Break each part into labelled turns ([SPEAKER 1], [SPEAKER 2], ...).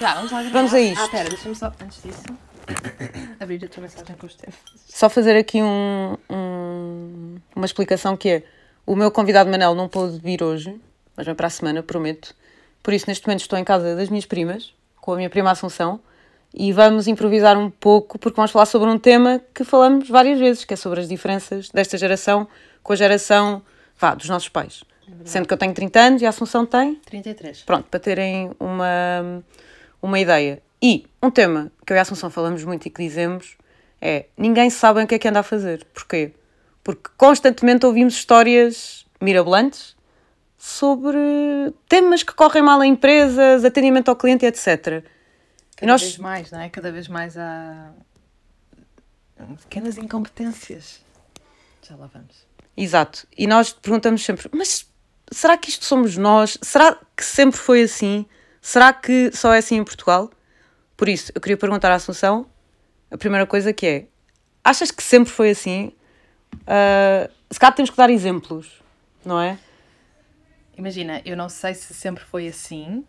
[SPEAKER 1] Já, vamos lá gravar.
[SPEAKER 2] Vamos a isto.
[SPEAKER 1] Ah, pera, deixa-me só, antes disso, abrir a tua mensagem com os temas.
[SPEAKER 2] Só fazer aqui um- um- uma explicação que é o meu convidado Manel não pôde vir hoje, mas vem para a semana, prometo. Por isso, neste momento estou em casa das minhas primas, com a minha prima Assunção, e vamos improvisar um pouco porque vamos falar sobre um tema que falamos várias vezes, que é sobre as diferenças desta geração com a geração vá, dos nossos pais. Sendo que eu tenho 30 anos e a Assunção tem
[SPEAKER 1] 33.
[SPEAKER 2] Pronto, para terem uma, uma ideia. E um tema que eu e a Assunção falamos muito e que dizemos é ninguém sabe o que é que anda a fazer. Porquê? Porque constantemente ouvimos histórias mirabolantes sobre temas que correm mal a empresas, atendimento ao cliente, etc.
[SPEAKER 1] Cada
[SPEAKER 2] nós-
[SPEAKER 1] vez mais, não é? Cada vez mais há pequenas incompetências. Já lá vamos.
[SPEAKER 2] Exato. E nós perguntamos sempre, mas será que isto somos nós? Será que sempre foi assim? Será que só é assim em Portugal? Por isso, eu queria perguntar à Assunção a primeira coisa que é, achas que sempre foi assim? Ah, se calhar temos que dar exemplos, não é?
[SPEAKER 1] Imagina, eu não sei se sempre foi assim,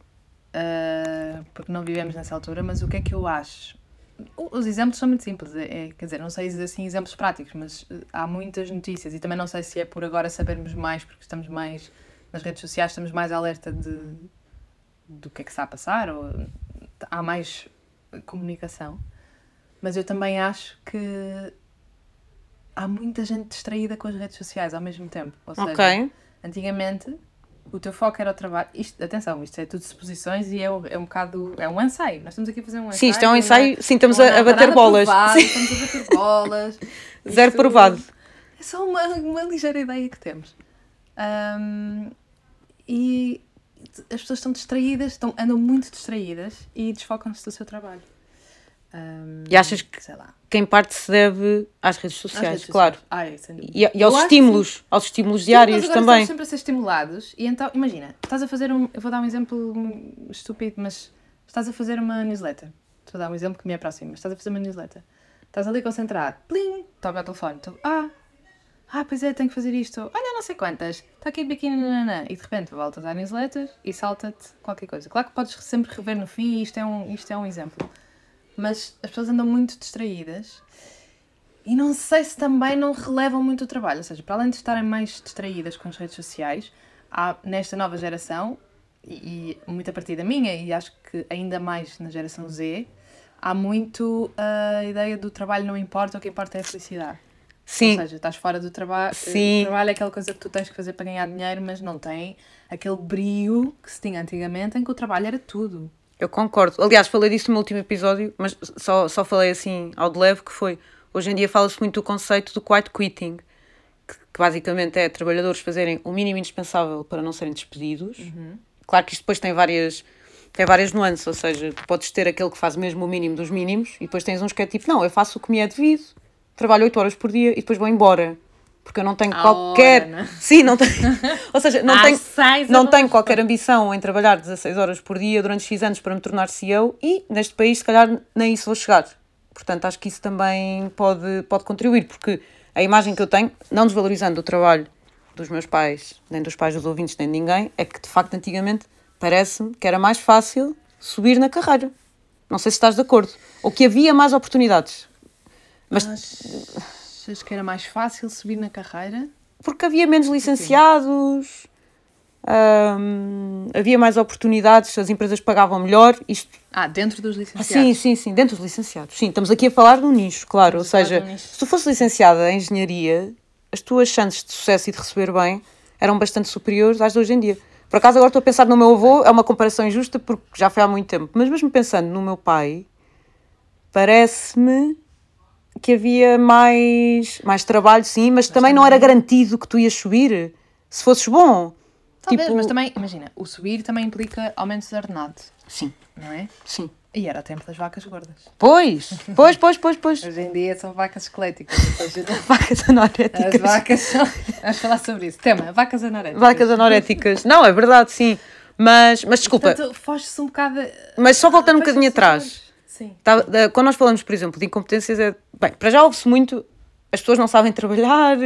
[SPEAKER 1] ah, porque não vivemos nessa altura, mas o que é que eu acho? O- Os exemplos são muito simples, é, é- quer dizer, não sei se assim exemplos práticos, mas eh, há muitas notícias e também não sei se é por agora sabermos mais, porque estamos mais nas redes sociais, estamos mais alerta de do que é que está a passar, ou há mais comunicação. Mas eu também acho que há muita gente distraída com as redes sociais ao mesmo tempo. Ou seja, um
[SPEAKER 2] Ok.
[SPEAKER 1] Antigamente, o teu foco era o trabalho. Isto, atenção, isto é tudo suposições e é, um- é um bocado. É um ensaio. Nós estamos aqui a fazer um ensaio.
[SPEAKER 2] Sim, isto é um
[SPEAKER 1] não
[SPEAKER 2] ensaio, sim, estamos
[SPEAKER 1] não
[SPEAKER 2] a,
[SPEAKER 1] é
[SPEAKER 2] a bater
[SPEAKER 1] nada
[SPEAKER 2] bolas.
[SPEAKER 1] provado,
[SPEAKER 2] Sim,
[SPEAKER 1] Estamos a bater bolas.
[SPEAKER 2] Zero
[SPEAKER 1] Isto
[SPEAKER 2] provado.
[SPEAKER 1] É só uma, uma ligeira ideia que temos. Ahm, e as pessoas estão distraídas, estão, andam muito distraídas e desfocam-se do seu trabalho. Ahm,
[SPEAKER 2] E achas que-
[SPEAKER 1] Sei lá.
[SPEAKER 2] Que em parte se deve às redes
[SPEAKER 1] às
[SPEAKER 2] sociais,
[SPEAKER 1] redes
[SPEAKER 2] claro.
[SPEAKER 1] sociais. Ai, sem dúvida.
[SPEAKER 2] E, e
[SPEAKER 1] Eu
[SPEAKER 2] aos
[SPEAKER 1] acho que
[SPEAKER 2] estímulos, aos estímulos
[SPEAKER 1] Sim, nós
[SPEAKER 2] diários
[SPEAKER 1] agora
[SPEAKER 2] também.
[SPEAKER 1] Estamos sempre a ser estimulados. E então, imagina, estás a fazer um. Eu vou dar um exemplo estúpido, mas estás a fazer uma newsletter. Estou a dar um exemplo que me é próximo, mas estás a fazer uma newsletter. Estás ali concentrado. Plim! Toca o telefone. Tu, ah! Ah, pois é, tenho que fazer isto. Olha, não sei quantas. Está aqui de biquíni, nananã. E de repente voltas à newsletter e salta-te qualquer coisa. Claro que podes sempre rever no fim e isto é um, isto é um exemplo. Mas as pessoas andam muito distraídas e não sei se também não relevam muito o trabalho. Ou seja, para além de estarem mais distraídas com as redes sociais, há, nesta nova geração, e, e muito a partir da minha, e acho que ainda mais na geração Z, há muito a ideia do trabalho não importa, o que importa é a felicidade.
[SPEAKER 2] Sim,
[SPEAKER 1] Ou seja, estás fora do trabalho.
[SPEAKER 2] Sim.
[SPEAKER 1] O trabalho é aquela coisa que tu tens que fazer para ganhar dinheiro, mas não tem aquele brio que se tinha antigamente em que o trabalho era tudo.
[SPEAKER 2] Eu concordo. Aliás, falei disso no último episódio, mas só, só falei assim ao de leve, que foi, hoje em dia fala-se muito do conceito do quiet quitting, que, que basicamente é trabalhadores fazerem o mínimo indispensável para não serem despedidos.
[SPEAKER 1] Uhum.
[SPEAKER 2] Claro que isto depois tem várias, tem várias nuances, ou seja, tu podes ter aquele que faz mesmo o mínimo dos mínimos, e depois tens uns que é tipo, não, eu faço o que me é devido, trabalho 8 horas por dia e depois vou embora. Porque eu não tenho
[SPEAKER 1] À
[SPEAKER 2] qualquer.
[SPEAKER 1] hora, né?
[SPEAKER 2] Sim, não tenho. Ou seja, não
[SPEAKER 1] Às
[SPEAKER 2] tenho
[SPEAKER 1] seis eu
[SPEAKER 2] não
[SPEAKER 1] não
[SPEAKER 2] tenho qualquer ambição em trabalhar 16 horas por dia durante X anos para me tornar CEO e neste país, se calhar, nem isso vou chegar. Portanto, acho que isso também pode, pode contribuir, porque a imagem que eu tenho, não desvalorizando o trabalho dos meus pais, nem dos pais dos ouvintes, nem de ninguém, é que de facto, antigamente, parece-me que era mais fácil subir na carreira. Não sei se estás de acordo. Ou que havia mais oportunidades. Mas-
[SPEAKER 1] Achas que era mais fácil subir na carreira?
[SPEAKER 2] porque havia menos licenciados, hum, havia mais oportunidades, as empresas pagavam melhor. Isto,
[SPEAKER 1] Ah, dentro dos
[SPEAKER 2] Ah,
[SPEAKER 1] licenciados.
[SPEAKER 2] sim, sim, sim, dentro dos licenciados. Sim, estamos aqui a falar de um nicho, claro. Ou
[SPEAKER 1] Estamos a falar
[SPEAKER 2] seja,
[SPEAKER 1] de um nicho.
[SPEAKER 2] se tu fosse licenciada em engenharia, as tuas chances de sucesso e de receber bem eram bastante superiores às de hoje em dia. Por acaso, agora estou a pensar no meu avô, é uma comparação injusta porque já foi há muito tempo, mas mesmo pensando no meu pai, parece-me que havia mais, mais trabalho, sim, mas, também, não era garantido que tu ias subir se fosses bom.
[SPEAKER 1] Talvez,
[SPEAKER 2] Tipo-
[SPEAKER 1] mas também, imagina, o subir também implica aumento de ordenado,
[SPEAKER 2] Sim,
[SPEAKER 1] não é?
[SPEAKER 2] sim.
[SPEAKER 1] E era o tempo das vacas gordas.
[SPEAKER 2] Pois, pois, pois, pois, pois.
[SPEAKER 1] Hoje em dia são vacas esqueléticas,
[SPEAKER 2] então,
[SPEAKER 1] ou seja,
[SPEAKER 2] Vacas
[SPEAKER 1] as
[SPEAKER 2] anoréticas.
[SPEAKER 1] vacas são... Vamos falar sobre isso. Tema, vacas anoréticas.
[SPEAKER 2] Vacas anoréticas. Não, é verdade, sim. Mas, mas desculpa,
[SPEAKER 1] Portanto, foge-se um bocado... Ah,
[SPEAKER 2] mas só voltando um
[SPEAKER 1] Foge-se
[SPEAKER 2] bocadinho
[SPEAKER 1] aos
[SPEAKER 2] atrás.
[SPEAKER 1] setores. Sim.
[SPEAKER 2] Tá- da- quando nós falamos, por exemplo, de incompetências, é. Bem, para já ouve-se muito, as pessoas não sabem trabalhar,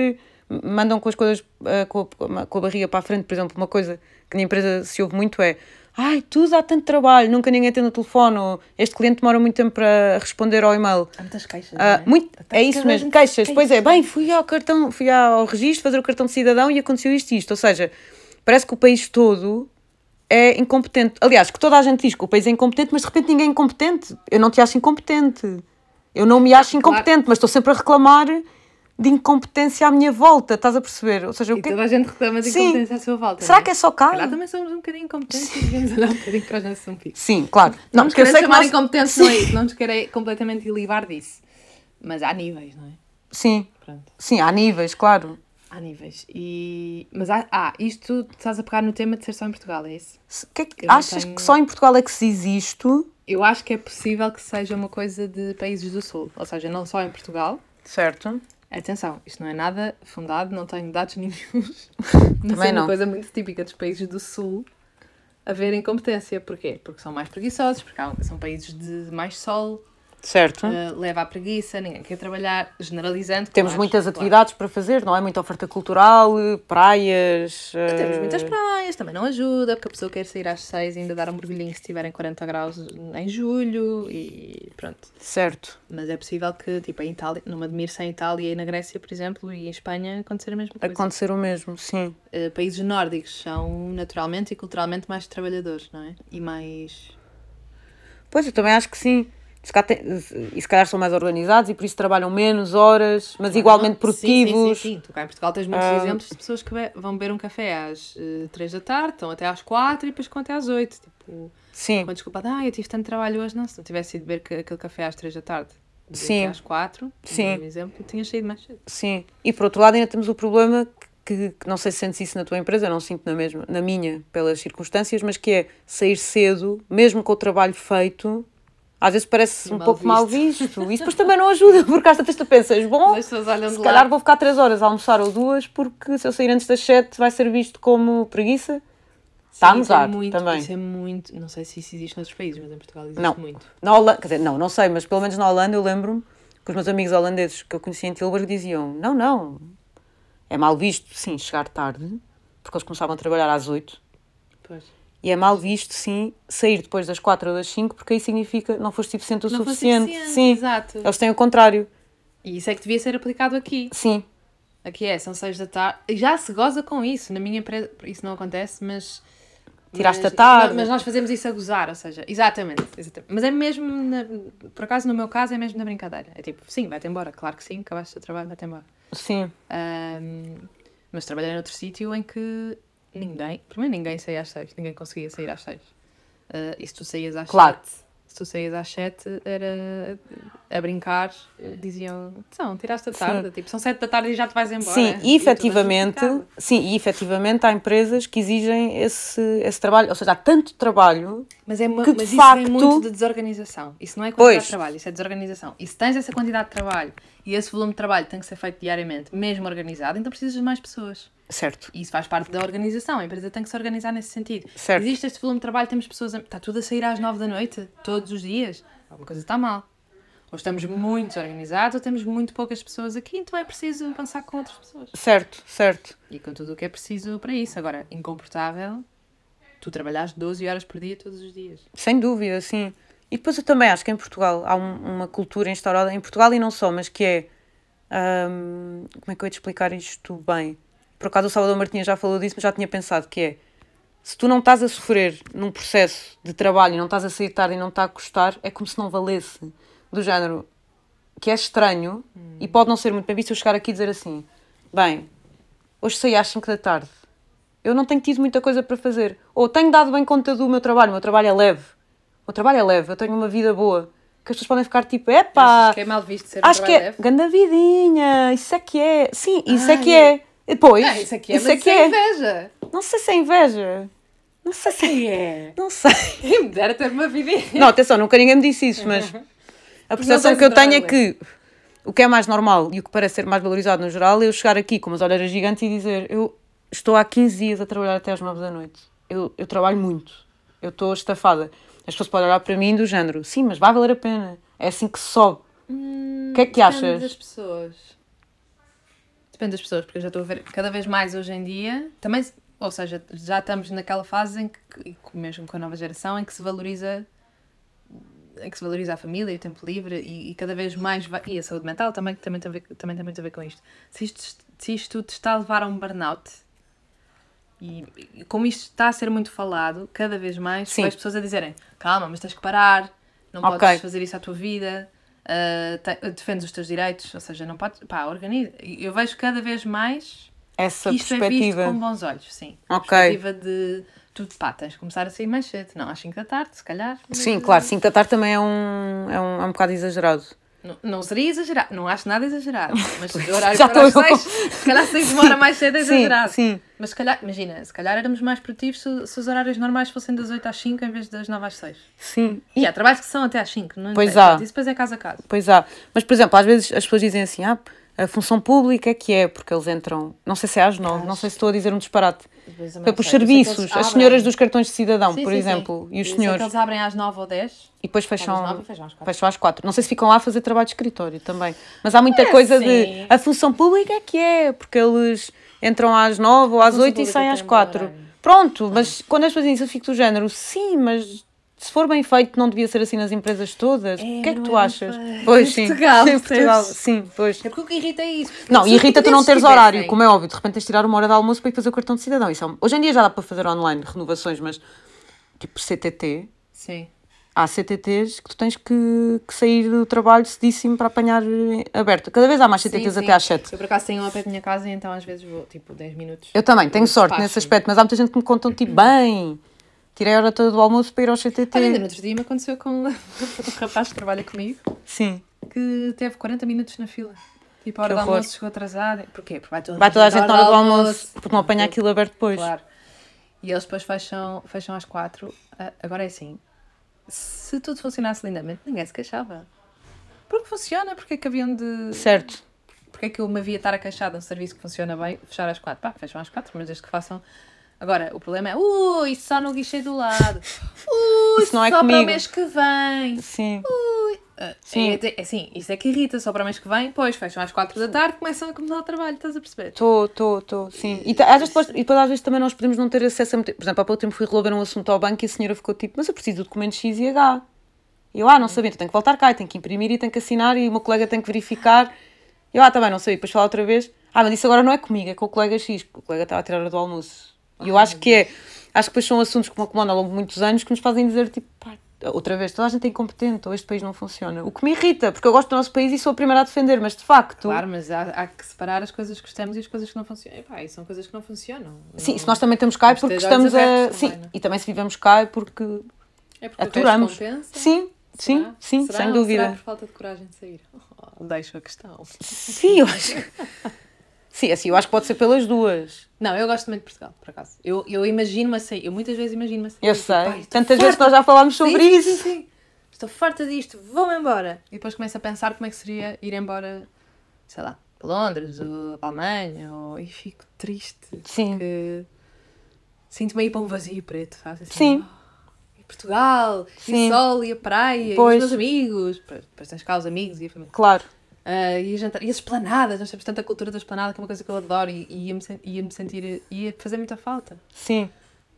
[SPEAKER 2] mandam com as coisas ah, com, a, com a barriga para a frente, por exemplo, uma coisa que na empresa se ouve muito é ai, tudo há tanto trabalho, nunca ninguém atende o telefone, ou este cliente demora muito tempo para responder ao e-mail.
[SPEAKER 1] Há muitas queixas.
[SPEAKER 2] Ah,
[SPEAKER 1] não é?
[SPEAKER 2] muito,
[SPEAKER 1] Até
[SPEAKER 2] é
[SPEAKER 1] que
[SPEAKER 2] isso
[SPEAKER 1] toda a
[SPEAKER 2] mesmo,
[SPEAKER 1] gente
[SPEAKER 2] queixas.
[SPEAKER 1] tem
[SPEAKER 2] Pois é,
[SPEAKER 1] queixas.
[SPEAKER 2] bem, fui ao cartão, fui ao registro fazer o cartão de cidadão e aconteceu isto e isto. Ou seja, parece que o país todo é incompetente. Aliás, que toda a gente diz que o país é incompetente, mas de repente ninguém é incompetente. Eu não te acho incompetente. Eu não me acho incompetente, mas estou sempre a reclamar de incompetência à minha volta, estás a perceber? Ou seja, o
[SPEAKER 1] E
[SPEAKER 2] que
[SPEAKER 1] toda a gente reclama de
[SPEAKER 2] Sim.
[SPEAKER 1] incompetência à sua volta.
[SPEAKER 2] será que é só
[SPEAKER 1] Lá
[SPEAKER 2] cá?
[SPEAKER 1] também somos um bocadinho incompetentes e devemos olhar um bocadinho para os nossos amigos.
[SPEAKER 2] Sim, claro.
[SPEAKER 1] Não
[SPEAKER 2] Não,
[SPEAKER 1] nos
[SPEAKER 2] porque eu
[SPEAKER 1] queremos
[SPEAKER 2] sei que
[SPEAKER 1] chamar
[SPEAKER 2] nós-
[SPEAKER 1] incompetentes, não é isso? Não nos querem completamente livrar disso. Mas há níveis, não é?
[SPEAKER 2] Sim,
[SPEAKER 1] Pronto,
[SPEAKER 2] sim, há níveis, claro.
[SPEAKER 1] há níveis. E... Mas há, ah, isto tu estás a pegar no tema de ser só em Portugal, é isso?
[SPEAKER 2] Se- que é que-
[SPEAKER 1] Eu não
[SPEAKER 2] achas
[SPEAKER 1] tenho-
[SPEAKER 2] que só em Portugal é que se existe?
[SPEAKER 1] Eu acho que é possível que seja uma coisa de países do Sul, ou seja, não só em Portugal.
[SPEAKER 2] Certo.
[SPEAKER 1] Atenção, isto não é nada fundado, não tenho dados nenhuns. Mas
[SPEAKER 2] Também
[SPEAKER 1] é
[SPEAKER 2] não.
[SPEAKER 1] uma coisa muito típica dos países do Sul haver incompetência. Porquê? Porque são mais preguiçosos, porque há- um, são países de mais sol,
[SPEAKER 2] Certo.
[SPEAKER 1] eh, leva à preguiça, ninguém quer trabalhar, generalizando.
[SPEAKER 2] Temos
[SPEAKER 1] claro,
[SPEAKER 2] muitas
[SPEAKER 1] claro.
[SPEAKER 2] atividades para fazer, não é? Muita oferta cultural, eh, praias. eh,
[SPEAKER 1] Temos muitas praias, também não ajuda, porque a pessoa quer sair às seis e ainda dar um mergulhinho se estiverem 40 graus em julho e pronto.
[SPEAKER 2] Certo.
[SPEAKER 1] Mas é possível que, tipo, em Itália, não me admiro se em Itália e na Grécia, por exemplo, e em Espanha acontecer a mesma coisa.
[SPEAKER 2] Acontecer o mesmo, sim.
[SPEAKER 1] Eh, países nórdicos são naturalmente e culturalmente mais trabalhadores, não é? E mais.
[SPEAKER 2] Pois, eu também acho que sim. Se calhar tem- E se calhar são mais organizados e por isso trabalham menos horas, mas igualmente
[SPEAKER 1] Ah, sim, Sim, sim,
[SPEAKER 2] produtivos.
[SPEAKER 1] sim. Tu cá em Portugal tens muitos
[SPEAKER 2] Ah.
[SPEAKER 1] exemplos de pessoas que be- vão beber um café às eh, três da tarde, estão até às quatro e depois ficam até às oito. Tipo,
[SPEAKER 2] Sim,
[SPEAKER 1] com a desculpa de, ah, eu tive tanto trabalho hoje, não. Se não tivesse ido beber ca- aquele café às três da tarde, bebi
[SPEAKER 2] Sim.
[SPEAKER 1] até às quatro,
[SPEAKER 2] Sim.
[SPEAKER 1] por exemplo, tinhas saído mais cedo.
[SPEAKER 2] sim. E por outro lado, ainda temos o problema que, que não sei se sentes isso na tua empresa, eu não sinto na mesma, na minha, pelas circunstâncias, mas que é sair cedo, mesmo com o trabalho feito. Às vezes parece
[SPEAKER 1] E
[SPEAKER 2] um
[SPEAKER 1] mal
[SPEAKER 2] pouco mal visto. E depois também não ajuda, porque às tantas tu pensas, bom,
[SPEAKER 1] Mas as pessoas olham de
[SPEAKER 2] Se
[SPEAKER 1] lado.
[SPEAKER 2] calhar vou ficar 3 horas a almoçar ou duas, porque se eu sair antes das 7 vai ser visto como preguiça. Está a
[SPEAKER 1] Sim, isso é
[SPEAKER 2] mudar
[SPEAKER 1] muito-
[SPEAKER 2] também.
[SPEAKER 1] Isso é muito. Não sei se isso existe noutros países, mas em Portugal existe
[SPEAKER 2] Não.
[SPEAKER 1] muito.
[SPEAKER 2] Na Holanda, quer dizer, não, não sei, mas pelo menos na Holanda eu lembro-me que os meus amigos holandeses que eu conhecia em Tilburg diziam: não, não, é mal visto, sim, chegar tarde, porque eles começavam a trabalhar às 8.
[SPEAKER 1] Pois.
[SPEAKER 2] E é mal visto, sim, sair depois das 4 ou das 5, porque aí significa não foste eficiente o
[SPEAKER 1] Não fosse
[SPEAKER 2] suficiente.
[SPEAKER 1] eficiente,
[SPEAKER 2] Sim,
[SPEAKER 1] exato.
[SPEAKER 2] eles têm o contrário.
[SPEAKER 1] E isso é que devia ser aplicado aqui.
[SPEAKER 2] Sim,
[SPEAKER 1] Aqui é, são seis da tarde. E Já se goza com isso. Na minha empresa isso não acontece, mas.
[SPEAKER 2] Tiraste
[SPEAKER 1] mas-
[SPEAKER 2] a tarde.
[SPEAKER 1] Mas nós fazemos isso a gozar, ou seja, exatamente. exatamente. Mas é mesmo, na- por acaso no meu caso, é mesmo na brincadeira. É tipo, sim, vai-te embora, claro que sim, acabaste o teu trabalho, vai-te embora.
[SPEAKER 2] sim,
[SPEAKER 1] Ahm, mas trabalhei noutro sítio em que ninguém, primeiro ninguém saía às seis, ninguém conseguia sair às seis. Ah, e se tu saías às
[SPEAKER 2] Claro.
[SPEAKER 1] sete, se tu saías às sete, era a brincar, diziam, são, tiraste a tarde, tipo, são sete da tarde e já te vais embora.
[SPEAKER 2] Sim,
[SPEAKER 1] é. E
[SPEAKER 2] e
[SPEAKER 1] eu toda
[SPEAKER 2] efetivamente,
[SPEAKER 1] chateada.
[SPEAKER 2] sim, e efetivamente há empresas que exigem esse, esse trabalho, ou seja, há tanto trabalho,
[SPEAKER 1] Mas, é uma,
[SPEAKER 2] que, de
[SPEAKER 1] mas isso
[SPEAKER 2] facto-
[SPEAKER 1] é muito de desorganização. Isso não é quantidade
[SPEAKER 2] Pois.
[SPEAKER 1] de trabalho, isso é desorganização. E se tens essa quantidade de trabalho e esse volume de trabalho tem que ser feito diariamente, mesmo organizado, então precisas de mais pessoas.
[SPEAKER 2] certo,
[SPEAKER 1] E isso faz parte da organização. A empresa tem que se organizar nesse sentido.
[SPEAKER 2] Certo.
[SPEAKER 1] Existe este volume de trabalho, temos pessoas. a- Está tudo a sair às nove da noite, todos os dias. Alguma coisa está mal. Ou estamos muito desorganizados ou temos muito poucas pessoas aqui, então é preciso avançar com outras pessoas.
[SPEAKER 2] certo, certo.
[SPEAKER 1] E com tudo o que é preciso para isso. Agora, incomportável, tu trabalhas 12 horas por dia todos os dias.
[SPEAKER 2] Sem dúvida, sim. E depois eu também acho que em Portugal há um- uma cultura instaurada, em Portugal e não só, mas que é. hum, como é que eu ia te explicar isto bem? Por acaso o Salvador Martinha já falou disso, mas já tinha pensado que é. Se tu não estás a sofrer num processo de trabalho, e não estás a sair tarde e não está a custar, é como se não valesse. Do género, que é estranho e
[SPEAKER 1] Hum.
[SPEAKER 2] pode não ser muito bem visto eu chegar aqui e dizer assim: bem, hoje saí às 5 da tarde, eu não tenho tido muita coisa para fazer, ou tenho dado bem conta do meu trabalho, o meu trabalho é leve, o meu trabalho é leve, eu tenho uma vida boa, que as pessoas podem ficar tipo: epá,
[SPEAKER 1] Achas que é mal visto ser um
[SPEAKER 2] acho que é
[SPEAKER 1] trabalho leve?
[SPEAKER 2] ganda vidinha, isso é que é, sim, isso é que
[SPEAKER 1] Ai.
[SPEAKER 2] é. E Pois,
[SPEAKER 1] Ah, isso aqui é, mas isso é inveja.
[SPEAKER 2] Não sei se é inveja, não sei se é.
[SPEAKER 1] É.
[SPEAKER 2] Não sei.
[SPEAKER 1] Quem me dera ter uma vida.
[SPEAKER 2] Não, atenção, nunca ninguém me disse isso, mas a percepção
[SPEAKER 1] tens
[SPEAKER 2] que eu
[SPEAKER 1] um
[SPEAKER 2] tenho é
[SPEAKER 1] trabalho.
[SPEAKER 2] que o que é mais normal e o que parece ser mais valorizado no geral é eu chegar aqui com umas olheiras gigantes e dizer eu estou há 15 dias a trabalhar até às 9 da noite. Eu, eu trabalho muito. Eu estou estafada. As pessoas podem olhar para mim do género, sim, mas vai valer a
[SPEAKER 1] Hum,
[SPEAKER 2] pena. É assim que se sobe. O que é que achas?
[SPEAKER 1] das pessoas. Depende das pessoas, porque eu já estou a ver cada vez mais hoje em dia, também, se- ou seja, já estamos naquela fase em que, e com- mesmo com a nova geração, em que se valoriza em que se valoriza a família e o tempo livre e, e cada vez mais vai, e a saúde mental também, que também tem, a ver, também tem muito a ver com isto. Se isto, se isto te está a levar a um burnout e, e como isto está a ser muito falado, cada vez mais
[SPEAKER 2] Sim.
[SPEAKER 1] com as pessoas a dizerem calma, mas tens que parar, não
[SPEAKER 2] Ok.
[SPEAKER 1] podes fazer isso à tua vida, ah, te- defendes os teus direitos, ou seja, não podes, pá, organiza. E Eu vejo cada vez mais
[SPEAKER 2] Essa
[SPEAKER 1] que isto é visto
[SPEAKER 2] perspectiva.
[SPEAKER 1] com bons olhos, sim.
[SPEAKER 2] Ok.
[SPEAKER 1] Perspectiva de tu, pá, tens de começar a sair mais cedo, não, às 5 da tarde, se calhar.
[SPEAKER 2] Sim, claro, 5 da tarde também é um, é um, é um bocado exagerado.
[SPEAKER 1] Não, não seria exagerado, não acho nada exagerado, mas o horário
[SPEAKER 2] Já
[SPEAKER 1] para as
[SPEAKER 2] estou eu.
[SPEAKER 1] 6, se calhar 6 uma hora mais cedo é
[SPEAKER 2] Sim,
[SPEAKER 1] exagerado.
[SPEAKER 2] sim.
[SPEAKER 1] Mas se calhar, imagina, se calhar éramos mais produtivos se, se os horários normais fossem das 8 às 5 em vez das 9 às 6.
[SPEAKER 2] Sim,
[SPEAKER 1] E há trabalhos que são até às 5, não
[SPEAKER 2] Pois
[SPEAKER 1] interessa.
[SPEAKER 2] há.
[SPEAKER 1] Isso depois é caso a caso.
[SPEAKER 2] pois há. Mas, por exemplo, às vezes as pessoas dizem assim, ah, a função pública é que é, porque eles entram, não sei se é às 9, não sei se estou a dizer um disparate.
[SPEAKER 1] Depois também
[SPEAKER 2] Foi para
[SPEAKER 1] não
[SPEAKER 2] os
[SPEAKER 1] sei. é Eu sei que eles
[SPEAKER 2] serviços,
[SPEAKER 1] abrem.
[SPEAKER 2] as senhoras dos cartões de cidadão,
[SPEAKER 1] Sim,
[SPEAKER 2] por
[SPEAKER 1] sim, sim.
[SPEAKER 2] exemplo, e os
[SPEAKER 1] Eu sei
[SPEAKER 2] senhores.
[SPEAKER 1] que eles abrem às 9 ou 10.
[SPEAKER 2] E depois
[SPEAKER 1] Às
[SPEAKER 2] fecham,
[SPEAKER 1] nove e fecham às quatro.
[SPEAKER 2] fecham às quatro. Não sei se ficam lá a fazer trabalho de escritório também. Mas há muita
[SPEAKER 1] É,
[SPEAKER 2] coisa de.
[SPEAKER 1] sim.
[SPEAKER 2] A função pública é que é, porque eles entram às nove ou às
[SPEAKER 1] função
[SPEAKER 2] oito e
[SPEAKER 1] pública
[SPEAKER 2] saem
[SPEAKER 1] tem
[SPEAKER 2] às
[SPEAKER 1] um bom
[SPEAKER 2] quatro.
[SPEAKER 1] horário.
[SPEAKER 2] Pronto, mas quando as pessoas dizem isso, eu fico do género, sim, mas se for bem feito, não devia ser assim nas empresas todas. o que é que
[SPEAKER 1] não
[SPEAKER 2] tu
[SPEAKER 1] é bem
[SPEAKER 2] achas?
[SPEAKER 1] feito.
[SPEAKER 2] Pois
[SPEAKER 1] Em
[SPEAKER 2] sim.
[SPEAKER 1] Portugal,
[SPEAKER 2] em Portugal,
[SPEAKER 1] percebes?
[SPEAKER 2] sim, pois.
[SPEAKER 1] É porque o que irrita é isso.
[SPEAKER 2] Não,
[SPEAKER 1] Se tipo,
[SPEAKER 2] e irrita tu não teres
[SPEAKER 1] tivessem-
[SPEAKER 2] horário, como é óbvio. De repente tens de tirar uma hora de almoço para ir fazer o cartão de cidadão. Isso é um- Hoje em dia já dá para fazer online renovações, mas tipo CTT,
[SPEAKER 1] Sim.
[SPEAKER 2] há CTTs que tu tens que, que sair do trabalho cedíssimo para apanhar eh, aberto. Cada vez há mais CTTs
[SPEAKER 1] Sim,
[SPEAKER 2] até
[SPEAKER 1] sim.
[SPEAKER 2] às 7.
[SPEAKER 1] Eu por acaso tenho um ao pé da minha casa e então às vezes vou, tipo, 10 minutos.
[SPEAKER 2] Eu também tenho
[SPEAKER 1] Eu
[SPEAKER 2] sorte
[SPEAKER 1] despacho-me.
[SPEAKER 2] nesse aspecto, mas há muita gente que me contam tipo, bem, tirei a hora toda do almoço para ir ao CTT.
[SPEAKER 1] Olha, ainda no outro dia me aconteceu com um rapaz que trabalha comigo
[SPEAKER 2] Sim.
[SPEAKER 1] que teve 40 minutos na fila. Tipo, a hora
[SPEAKER 2] Que
[SPEAKER 1] do
[SPEAKER 2] horror.
[SPEAKER 1] almoço chegou atrasada. Porquê? Porque vai toda,
[SPEAKER 2] Vai toda a gente na hora do
[SPEAKER 1] ao
[SPEAKER 2] almoço, porque não apanha aquilo aberto depois.
[SPEAKER 1] Claro. E eles depois fecham, fecham às 4. Agora é assim: se tudo funcionasse lindamente, ninguém se queixava. Porque funciona, porque é que haviam de.
[SPEAKER 2] Certo.
[SPEAKER 1] porque é que eu me havia de estar a queixar de um serviço que funciona bem, fechar às quatro? Pá, fecham às quatro, mas desde que façam. Agora, o problema é, ui, isso só no guichê do lado. Ui,
[SPEAKER 2] Isso não é
[SPEAKER 1] só para
[SPEAKER 2] comigo.
[SPEAKER 1] o mês que vem.
[SPEAKER 2] Sim.
[SPEAKER 1] Ui. Ah,
[SPEAKER 2] Sim.
[SPEAKER 1] É, é, assim, isso é que irrita, só para o mês que vem, pois, fecham às quatro da tarde, começam a começar o trabalho, estás a perceber?
[SPEAKER 2] Estou, estou, estou, sim. E, ta- às vezes, depois, e depois às vezes também nós podemos não ter acesso a... muita- Por exemplo, há pouco tempo fui resolver um assunto ao banco e a senhora ficou tipo, mas eu preciso do documento X e H. E eu, ah, não sabia, então tenho que voltar cá, e tenho que imprimir e tenho que assinar e o meu colega tem que verificar. E eu, ah, também não sabia, depois falar outra vez. Ah, mas isso agora não é comigo, é com o colega X, porque o colega estava a tirar a hora do almoço. E eu acho que é, acho que depois são assuntos que me acomodam ao longo de muitos anos que nos fazem dizer tipo, pá, outra vez, toda a gente é incompetente ou este país não funciona. O que me irrita, porque eu gosto do nosso país e sou a primeira a defender, mas de facto...
[SPEAKER 1] Claro, mas há, há que separar as coisas que gostamos e as coisas que não funcionam. Epá, e são coisas que não funcionam.
[SPEAKER 2] Sim,
[SPEAKER 1] Não-
[SPEAKER 2] se nós também estamos cá é
[SPEAKER 1] Vamos
[SPEAKER 2] porque
[SPEAKER 1] ter olhos
[SPEAKER 2] estamos a.
[SPEAKER 1] abertos
[SPEAKER 2] Sim,
[SPEAKER 1] também, não é?
[SPEAKER 2] e também se vivemos cá é porque
[SPEAKER 1] É porque o resto
[SPEAKER 2] aturamos.
[SPEAKER 1] compensa?
[SPEAKER 2] Sim, sim,
[SPEAKER 1] Será? Será?
[SPEAKER 2] sim, sem
[SPEAKER 1] Ou Será
[SPEAKER 2] dúvida.
[SPEAKER 1] por falta de coragem de sair? Oh, deixo a questão.
[SPEAKER 2] Sim, eu acho. sim, assim, eu acho que pode ser pelas duas.
[SPEAKER 1] Não, eu gosto muito de Portugal, por acaso. Eu, eu imagino-me a sair. Eu muitas vezes imagino-me a sair.
[SPEAKER 2] Eu
[SPEAKER 1] Tipo,
[SPEAKER 2] sei.
[SPEAKER 1] "Ai, estou
[SPEAKER 2] Tantas vezes
[SPEAKER 1] farta
[SPEAKER 2] nós já falámos sobre
[SPEAKER 1] disto,
[SPEAKER 2] isso.
[SPEAKER 1] Sim, sim. Estou farta disto, vou-me embora. E depois começo a pensar como é que seria ir embora, sei lá, para Londres ou para a Alemanha. Ou... E fico triste.
[SPEAKER 2] Sim.
[SPEAKER 1] Porque sinto-me aí para um vazio preto, sabes? Assim,
[SPEAKER 2] Sim.
[SPEAKER 1] "Oh, e Portugal,
[SPEAKER 2] Sim.
[SPEAKER 1] e o sol, e a praia,
[SPEAKER 2] Pois.
[SPEAKER 1] e os meus amigos. Depois tens cá os amigos e a família.
[SPEAKER 2] Claro.
[SPEAKER 1] Ah, e, a jantar, e as esplanadas, nós temos tanta cultura da esplanada que é uma coisa que eu adoro e, e ia-me sen- ia-me sentir, ia fazer muita falta.
[SPEAKER 2] Sim.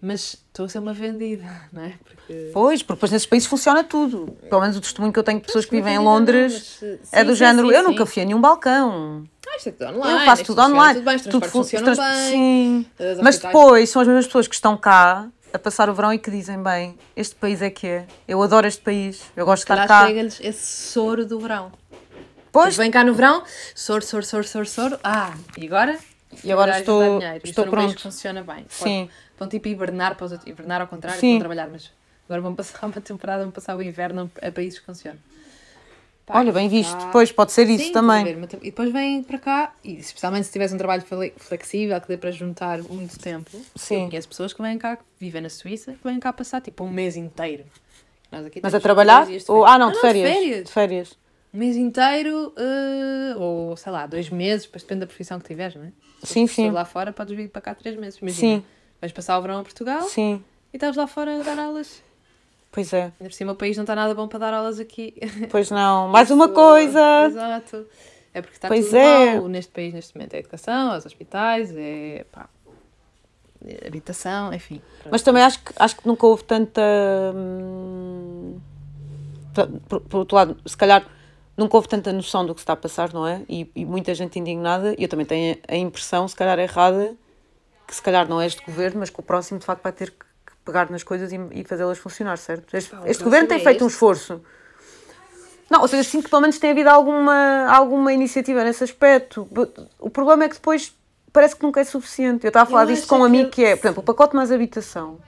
[SPEAKER 1] Mas estou a ser uma vendida, não é? Porque.
[SPEAKER 2] Pois, porque depois nesses países funciona tudo. Pelo menos o testemunho que eu tenho de pessoas que vivem em Londres
[SPEAKER 1] Mas, eh,
[SPEAKER 2] é do
[SPEAKER 1] sim,
[SPEAKER 2] género.
[SPEAKER 1] sim,
[SPEAKER 2] eu
[SPEAKER 1] sim.
[SPEAKER 2] nunca fui a nenhum balcão.
[SPEAKER 1] Ah, isto é tudo online.
[SPEAKER 2] eu faço
[SPEAKER 1] isto
[SPEAKER 2] tudo
[SPEAKER 1] funciona
[SPEAKER 2] online.
[SPEAKER 1] Tudo bem, os transportes
[SPEAKER 2] fun-
[SPEAKER 1] funcionam
[SPEAKER 2] os trans-
[SPEAKER 1] bem.
[SPEAKER 2] Sim.
[SPEAKER 1] os
[SPEAKER 2] Mas
[SPEAKER 1] hospitais-
[SPEAKER 2] depois são as mesmas pessoas que estão cá a passar o verão e que dizem: bem, este país é que é. Eu adoro este país. Eu gosto de estar
[SPEAKER 1] Lá
[SPEAKER 2] tá cá.
[SPEAKER 1] chega-lhes esse soro do verão. Pois
[SPEAKER 2] Pois,
[SPEAKER 1] vem cá no verão, soro, soro, soro, soro, soro. Ah, e agora?
[SPEAKER 2] E agora
[SPEAKER 1] Trabalhar
[SPEAKER 2] estou-
[SPEAKER 1] juntar dinheiro.
[SPEAKER 2] estou
[SPEAKER 1] Isto num país
[SPEAKER 2] pronto.
[SPEAKER 1] que funciona bem.
[SPEAKER 2] Sim.
[SPEAKER 1] Pode- Vão tipo hibernar para os outros. Hibernar ao contrário,
[SPEAKER 2] Sim.
[SPEAKER 1] vão trabalhar, mas agora vão passar uma temporada, vão passar o inverno a países que funcionam. Pá,
[SPEAKER 2] olha, bem visto.
[SPEAKER 1] pá.
[SPEAKER 2] Pois, pode ser isso
[SPEAKER 1] Sim, estás a
[SPEAKER 2] também.
[SPEAKER 1] ver, mas tam- E depois vêm para cá, e especialmente se tivesse um trabalho fle- flexível que dê para juntar muito tempo.
[SPEAKER 2] Sim.
[SPEAKER 1] Eu conheço pessoas que vêm cá, que vivem na Suíça, que vêm cá passar tipo um mês inteiro. Nós aqui
[SPEAKER 2] Mas
[SPEAKER 1] temos
[SPEAKER 2] a trabalhar?
[SPEAKER 1] dois dias de
[SPEAKER 2] Ou, ah, não, de férias.
[SPEAKER 1] De férias.
[SPEAKER 2] De férias.
[SPEAKER 1] Um mês inteiro, eh, ou sei lá, dois meses, depois depende da profissão que tiveres, não é? Se
[SPEAKER 2] Sim,
[SPEAKER 1] fores
[SPEAKER 2] sim.
[SPEAKER 1] lá fora, podes vir para cá três meses. Imagina,
[SPEAKER 2] Sim.
[SPEAKER 1] vais passar o verão a Portugal
[SPEAKER 2] Sim,
[SPEAKER 1] e estás lá fora a dar aulas.
[SPEAKER 2] pois é.
[SPEAKER 1] Ainda por cima, o país não está nada bom para dar aulas aqui.
[SPEAKER 2] Pois não. Mais uma coisa.
[SPEAKER 1] Exato. É porque está
[SPEAKER 2] Pois
[SPEAKER 1] tudo
[SPEAKER 2] é.
[SPEAKER 1] mal neste país neste momento. É educação, é os hospitais, é, pá, é habitação, enfim.
[SPEAKER 2] Mas também acho que, acho que nunca houve tanta. hum, ta- Por, por outro lado, se calhar nunca houve tanta noção do que se está a passar, não é? E, e muita gente indignada. E eu também tenho a impressão, se calhar errada, que se calhar não é este governo, mas que o próximo de facto vai ter que que pegar nas coisas e, e fazê-las funcionar, certo? Este,
[SPEAKER 1] o
[SPEAKER 2] este
[SPEAKER 1] próximo
[SPEAKER 2] governo tem
[SPEAKER 1] é
[SPEAKER 2] feito um
[SPEAKER 1] este.
[SPEAKER 2] esforço. Não, ou seja, sinto que pelo menos tem havido alguma, alguma iniciativa nesse aspecto. But- O problema é que depois parece que nunca é suficiente. Eu estava a falar disto
[SPEAKER 1] acho
[SPEAKER 2] com um
[SPEAKER 1] que-
[SPEAKER 2] amigo que é, por exemplo, o pacote mais habitação.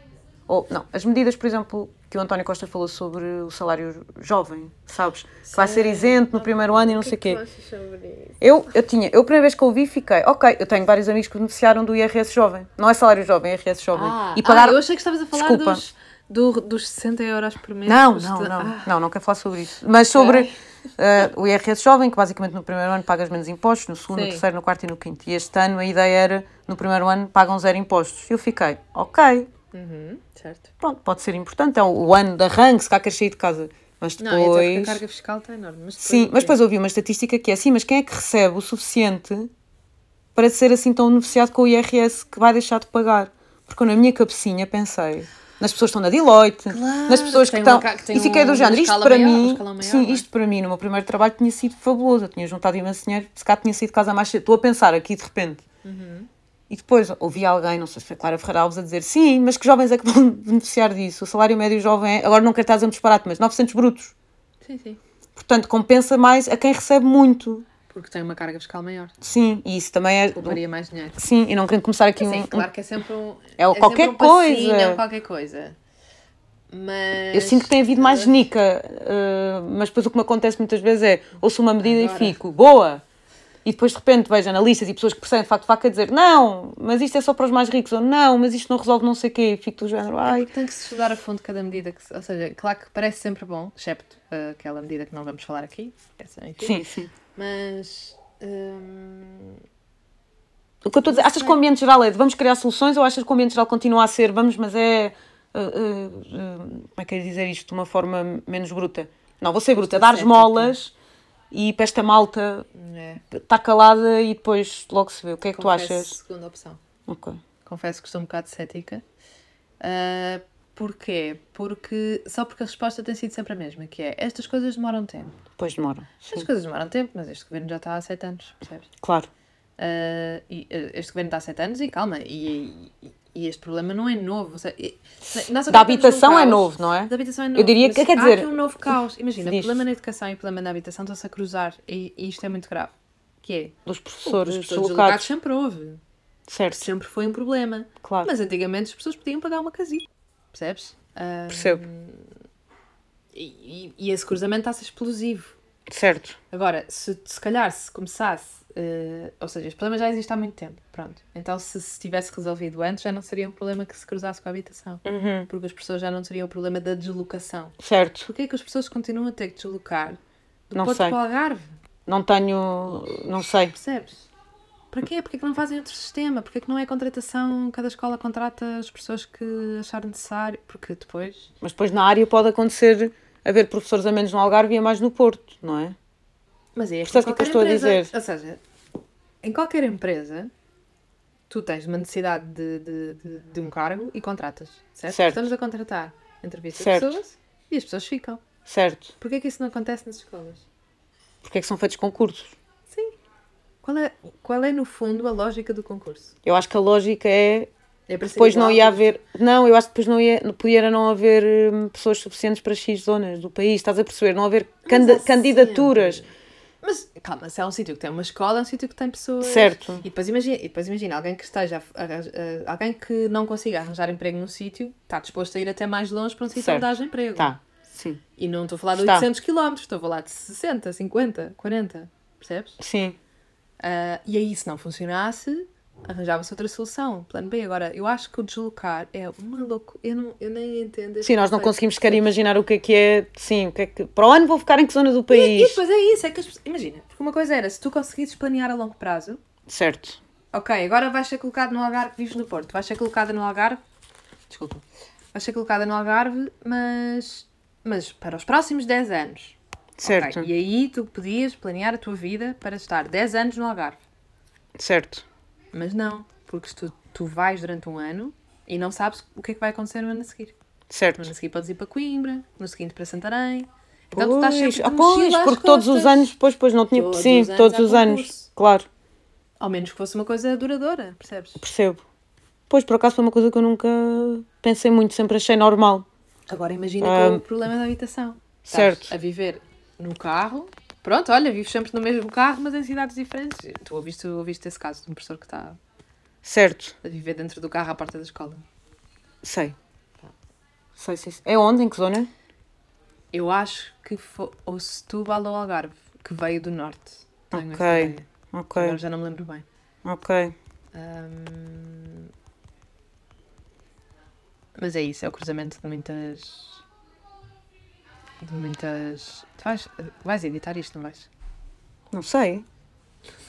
[SPEAKER 2] Ou, não, as medidas, por exemplo, que o António Costa falou sobre o salário jovem, sabes? Que vai ser isento no primeiro ano e não sei o quê.
[SPEAKER 3] é achas sobre isso?
[SPEAKER 2] Eu, eu tinha, eu a primeira vez que ouvi fiquei, ok, eu tenho vários amigos que beneficiaram do IRS jovem. Não é salário jovem, é IRS jovem.
[SPEAKER 1] Ah,
[SPEAKER 2] e pagaram.
[SPEAKER 1] ah, eu achei que estavas a falar
[SPEAKER 2] Desculpa.
[SPEAKER 1] dos, do- dos 60 euros por mês.
[SPEAKER 2] Não,
[SPEAKER 1] Os
[SPEAKER 2] não,
[SPEAKER 1] te-
[SPEAKER 2] não,
[SPEAKER 1] Ah,
[SPEAKER 2] não, não quero falar sobre isso. Mas sobre eh, o IRS jovem, que basicamente no primeiro ano pagas menos impostos, no segundo, no
[SPEAKER 1] Sim.
[SPEAKER 2] terceiro, no quarto e no quinto. E este ano a ideia era, no primeiro ano, pagam zero impostos. Eu fiquei, ok,
[SPEAKER 1] uhum, certo.
[SPEAKER 2] pronto, pode ser importante, é o, o ano de arranque, se cá queres sair de casa. Mas
[SPEAKER 1] Não, ia dizer
[SPEAKER 2] depois.
[SPEAKER 1] porque a carga fiscal está enorme. Mas depois,
[SPEAKER 2] Sim, mas depois ouvi uma estatística que é assim, mas quem é que recebe o suficiente para ser assim tão beneficiado com o IRS que vai deixar de pagar? Porque eu na minha cabecinha pensei nas pessoas que estão na Deloitte, nas pessoas que
[SPEAKER 1] tem uma
[SPEAKER 2] estão.
[SPEAKER 1] ca- que tem um
[SPEAKER 2] e fiquei do
[SPEAKER 1] uma
[SPEAKER 2] género, isto
[SPEAKER 1] escala
[SPEAKER 2] para
[SPEAKER 1] maior, uma
[SPEAKER 2] mim,
[SPEAKER 1] escala maior,
[SPEAKER 2] sim,
[SPEAKER 1] não é?
[SPEAKER 2] isto para mim, no meu primeiro trabalho tinha sido fabuloso, eu tinha juntado imenso dinheiro, se cá tinha sido de casa a mais cedo. Estou a pensar aqui de repente.
[SPEAKER 1] Uhum.
[SPEAKER 2] E depois ouvi alguém, não sei se foi Clara Ferreira Alves, a dizer sim, mas que jovens é que vão beneficiar disso? O salário médio jovem é, agora não quero estar a dizer um disparate, mas 900 brutos.
[SPEAKER 1] Sim, sim.
[SPEAKER 2] Portanto, compensa mais a quem recebe muito.
[SPEAKER 1] Porque tem uma carga fiscal maior.
[SPEAKER 2] Sim, e isso também é.
[SPEAKER 1] Pouparia mais dinheiro.
[SPEAKER 2] Sim, e não querendo começar aqui um.
[SPEAKER 1] Sim, claro que é sempre um.
[SPEAKER 2] É o qualquer
[SPEAKER 1] sempre um passinho,
[SPEAKER 2] coisa.
[SPEAKER 1] É o qualquer coisa. Mas.
[SPEAKER 2] um,
[SPEAKER 1] é
[SPEAKER 2] Eu sinto que tem havido mais nica, eh, mas depois o que me acontece muitas vezes é ouço uma medida
[SPEAKER 1] Agora.
[SPEAKER 2] e fico, boa! E depois de repente vejo analistas e pessoas que percebem de facto faca dizer não, mas isto é só para os mais ricos, ou não, mas isto não resolve não sei o quê, e fico do género, ai.
[SPEAKER 1] Tem que se estudar a fundo cada medida. Que, se- ou seja, claro que parece sempre bom, excepto uh, aquela medida que não vamos falar aqui. Essa, enfim.
[SPEAKER 2] Sim, sim.
[SPEAKER 1] Mas. hum,
[SPEAKER 2] O que eu estou a dizer, achas que o ambiente geral é de vamos criar soluções ou achas que o ambiente geral continua a ser vamos, mas é. eh, eh, eh, como é que é dizer isto? De uma forma menos bruta? Não, vou ser bruta, dar
[SPEAKER 1] cética.
[SPEAKER 2] esmolas e pesta malta,
[SPEAKER 1] é,
[SPEAKER 2] está calada e depois logo se vê. O que é que
[SPEAKER 1] confesso,
[SPEAKER 2] tu achas?
[SPEAKER 1] Segunda opção.
[SPEAKER 2] Ok.
[SPEAKER 1] Confesso que estou um bocado cética. Ah, porquê? Porque, só porque a resposta tem sido sempre a mesma, que é estas coisas demoram tempo.
[SPEAKER 2] Depois demora. Sim,
[SPEAKER 1] Estas coisas demoram tempo, mas este governo já está há sete anos, percebes?
[SPEAKER 2] Claro.
[SPEAKER 1] Ah, e, ah, este governo está há sete anos e calma, e, e- e este problema não é novo. ou seja, e- nós
[SPEAKER 2] Da
[SPEAKER 1] agora estamos
[SPEAKER 2] habitação
[SPEAKER 1] num
[SPEAKER 2] é
[SPEAKER 1] caos.
[SPEAKER 2] novo, não é?
[SPEAKER 1] Da habitação é novo.
[SPEAKER 2] diria
[SPEAKER 1] mas
[SPEAKER 2] que- quer
[SPEAKER 1] há
[SPEAKER 2] dizer,
[SPEAKER 1] aqui um novo caos. Imagina, o
[SPEAKER 2] diz.
[SPEAKER 1] problema na educação e o problema na habitação estão-se a cruzar e, e isto é muito grave. Que é,
[SPEAKER 2] Dos professores,
[SPEAKER 1] os deslocados
[SPEAKER 2] deslocados.
[SPEAKER 1] sempre houve.
[SPEAKER 2] Certo,
[SPEAKER 1] Sempre foi um problema.
[SPEAKER 2] claro.
[SPEAKER 1] Mas antigamente as pessoas podiam pagar uma casita, percebes? Ah,
[SPEAKER 2] Percebo.
[SPEAKER 1] e, e- e esse cruzamento está-se explosivo.
[SPEAKER 2] Certo.
[SPEAKER 1] Agora, se, se calhar se começasse, eh, ou seja, este problema já existe há muito tempo, pronto. Então se se tivesse resolvido antes, já não seria um problema que se cruzasse com a habitação.
[SPEAKER 2] Uhum.
[SPEAKER 1] Porque as pessoas já não teriam o problema da deslocação.
[SPEAKER 2] Certo.
[SPEAKER 1] Porquê é que as pessoas continuam a ter que deslocar do
[SPEAKER 2] Não
[SPEAKER 1] Porto
[SPEAKER 2] sei.
[SPEAKER 1] para o Algarve,
[SPEAKER 2] Não tenho. Não sei.
[SPEAKER 1] percebes? Para quê? Porquê é que não fazem outro sistema? Porquê é que não é contratação, cada escola contrata as pessoas que achar necessário? Porque depois...
[SPEAKER 2] Mas depois na área pode acontecer haver professores a menos no Algarve e a mais no Porto, não é?
[SPEAKER 1] Mas é
[SPEAKER 2] Percebes o que é que eu estou a dizer?
[SPEAKER 1] Ou seja, em qualquer empresa, tu tens uma necessidade de, de, de, de um cargo e contratas, certo?
[SPEAKER 2] Certo.
[SPEAKER 1] Estamos a contratar entrevistas de
[SPEAKER 2] Certo.
[SPEAKER 1] pessoas e as pessoas ficam.
[SPEAKER 2] Certo.
[SPEAKER 1] Porquê é que isso não acontece nas escolas?
[SPEAKER 2] Porque é que são feitos concursos?
[SPEAKER 1] Sim. Qual é, qual é no fundo, a lógica do concurso?
[SPEAKER 2] Eu acho que a lógica é
[SPEAKER 1] É para ser
[SPEAKER 2] depois não
[SPEAKER 1] igual
[SPEAKER 2] ia
[SPEAKER 1] a-
[SPEAKER 2] haver. Não, eu acho que depois não ia. Podia era não haver hum, pessoas suficientes para X zonas do país, estás a perceber? Não haver canda-
[SPEAKER 1] há
[SPEAKER 2] candidaturas.
[SPEAKER 1] Mas calma, se é um sítio que tem uma escola, é um sítio que tem pessoas.
[SPEAKER 2] Certo.
[SPEAKER 1] E depois imagina, e depois imagina alguém que esteja a- a- a- alguém que não consiga arranjar emprego num sítio, está disposto a ir até mais longe para um sítio
[SPEAKER 2] Certo.
[SPEAKER 1] onde haja emprego.
[SPEAKER 2] Tá, sim.
[SPEAKER 1] E não estou a falar de
[SPEAKER 2] Está.
[SPEAKER 1] 800 km, estou a falar de 60, 50, 40, percebes?
[SPEAKER 2] Sim.
[SPEAKER 1] Ah, e aí, se não funcionasse, arranjava-se outra solução, plano B. Agora, eu acho que o deslocar é uma louco, eu, não, eu nem entendo. este
[SPEAKER 2] Sim, nós não
[SPEAKER 1] conceito.
[SPEAKER 2] conseguimos sequer imaginar o que é que é. Sim, o que é que. Para o ano vou ficar em que zona do
[SPEAKER 1] E
[SPEAKER 2] país?
[SPEAKER 1] depois é isso, é que as pessoas... Imagina, porque uma coisa era, se tu conseguisses planear a longo prazo,
[SPEAKER 2] Certo.
[SPEAKER 1] ok, agora vais ser colocado no Algarve, vives no Porto, vais ser colocada no Algarve, desculpa, vais ser colocada no Algarve, mas, mas para os próximos 10 anos,
[SPEAKER 2] Certo.
[SPEAKER 1] Ok, E aí tu podias planear a tua vida para estar 10 anos no Algarve.
[SPEAKER 2] Certo.
[SPEAKER 1] Mas não, porque se tu, tu vais durante um ano e não sabes o que é que vai acontecer no ano a seguir.
[SPEAKER 2] Certo.
[SPEAKER 1] No ano a seguir podes ir para Coimbra, no seguinte para Santarém. Então tu estás sempre
[SPEAKER 2] ah,
[SPEAKER 1] de
[SPEAKER 2] pois,
[SPEAKER 1] mochila às
[SPEAKER 2] porque todos os
[SPEAKER 1] costas.
[SPEAKER 2] anos, depois, pois não tinha.
[SPEAKER 1] Todos
[SPEAKER 2] sim,
[SPEAKER 1] os anos
[SPEAKER 2] todos
[SPEAKER 1] há
[SPEAKER 2] os anos.
[SPEAKER 1] concurso.
[SPEAKER 2] Claro,
[SPEAKER 1] Ao menos que fosse uma coisa duradoura, percebes?
[SPEAKER 2] percebo. Pois, por acaso foi uma coisa que eu nunca pensei muito, sempre achei normal.
[SPEAKER 1] Agora imagina com o problema da habitação. Estás
[SPEAKER 2] certo.
[SPEAKER 1] a viver no carro. Pronto, olha, vives sempre no mesmo carro, mas em cidades diferentes. Tu ouviste, ouviste esse caso de um professor que está
[SPEAKER 2] Certo,
[SPEAKER 1] a viver dentro do carro à porta da escola.
[SPEAKER 2] sei. Sei, sei. sei. É onde? Em que zona?
[SPEAKER 1] Eu acho que foi ou Setúbal ou Algarve, que veio do norte. Tenho essa
[SPEAKER 2] Ok.
[SPEAKER 1] ideia.
[SPEAKER 2] Ok,
[SPEAKER 1] Agora já não me lembro bem.
[SPEAKER 2] ok.
[SPEAKER 1] Ahm, Mas é isso, é o cruzamento de muitas. De muitas. Tu vais, vais editar isto, não vais?
[SPEAKER 2] Não sei.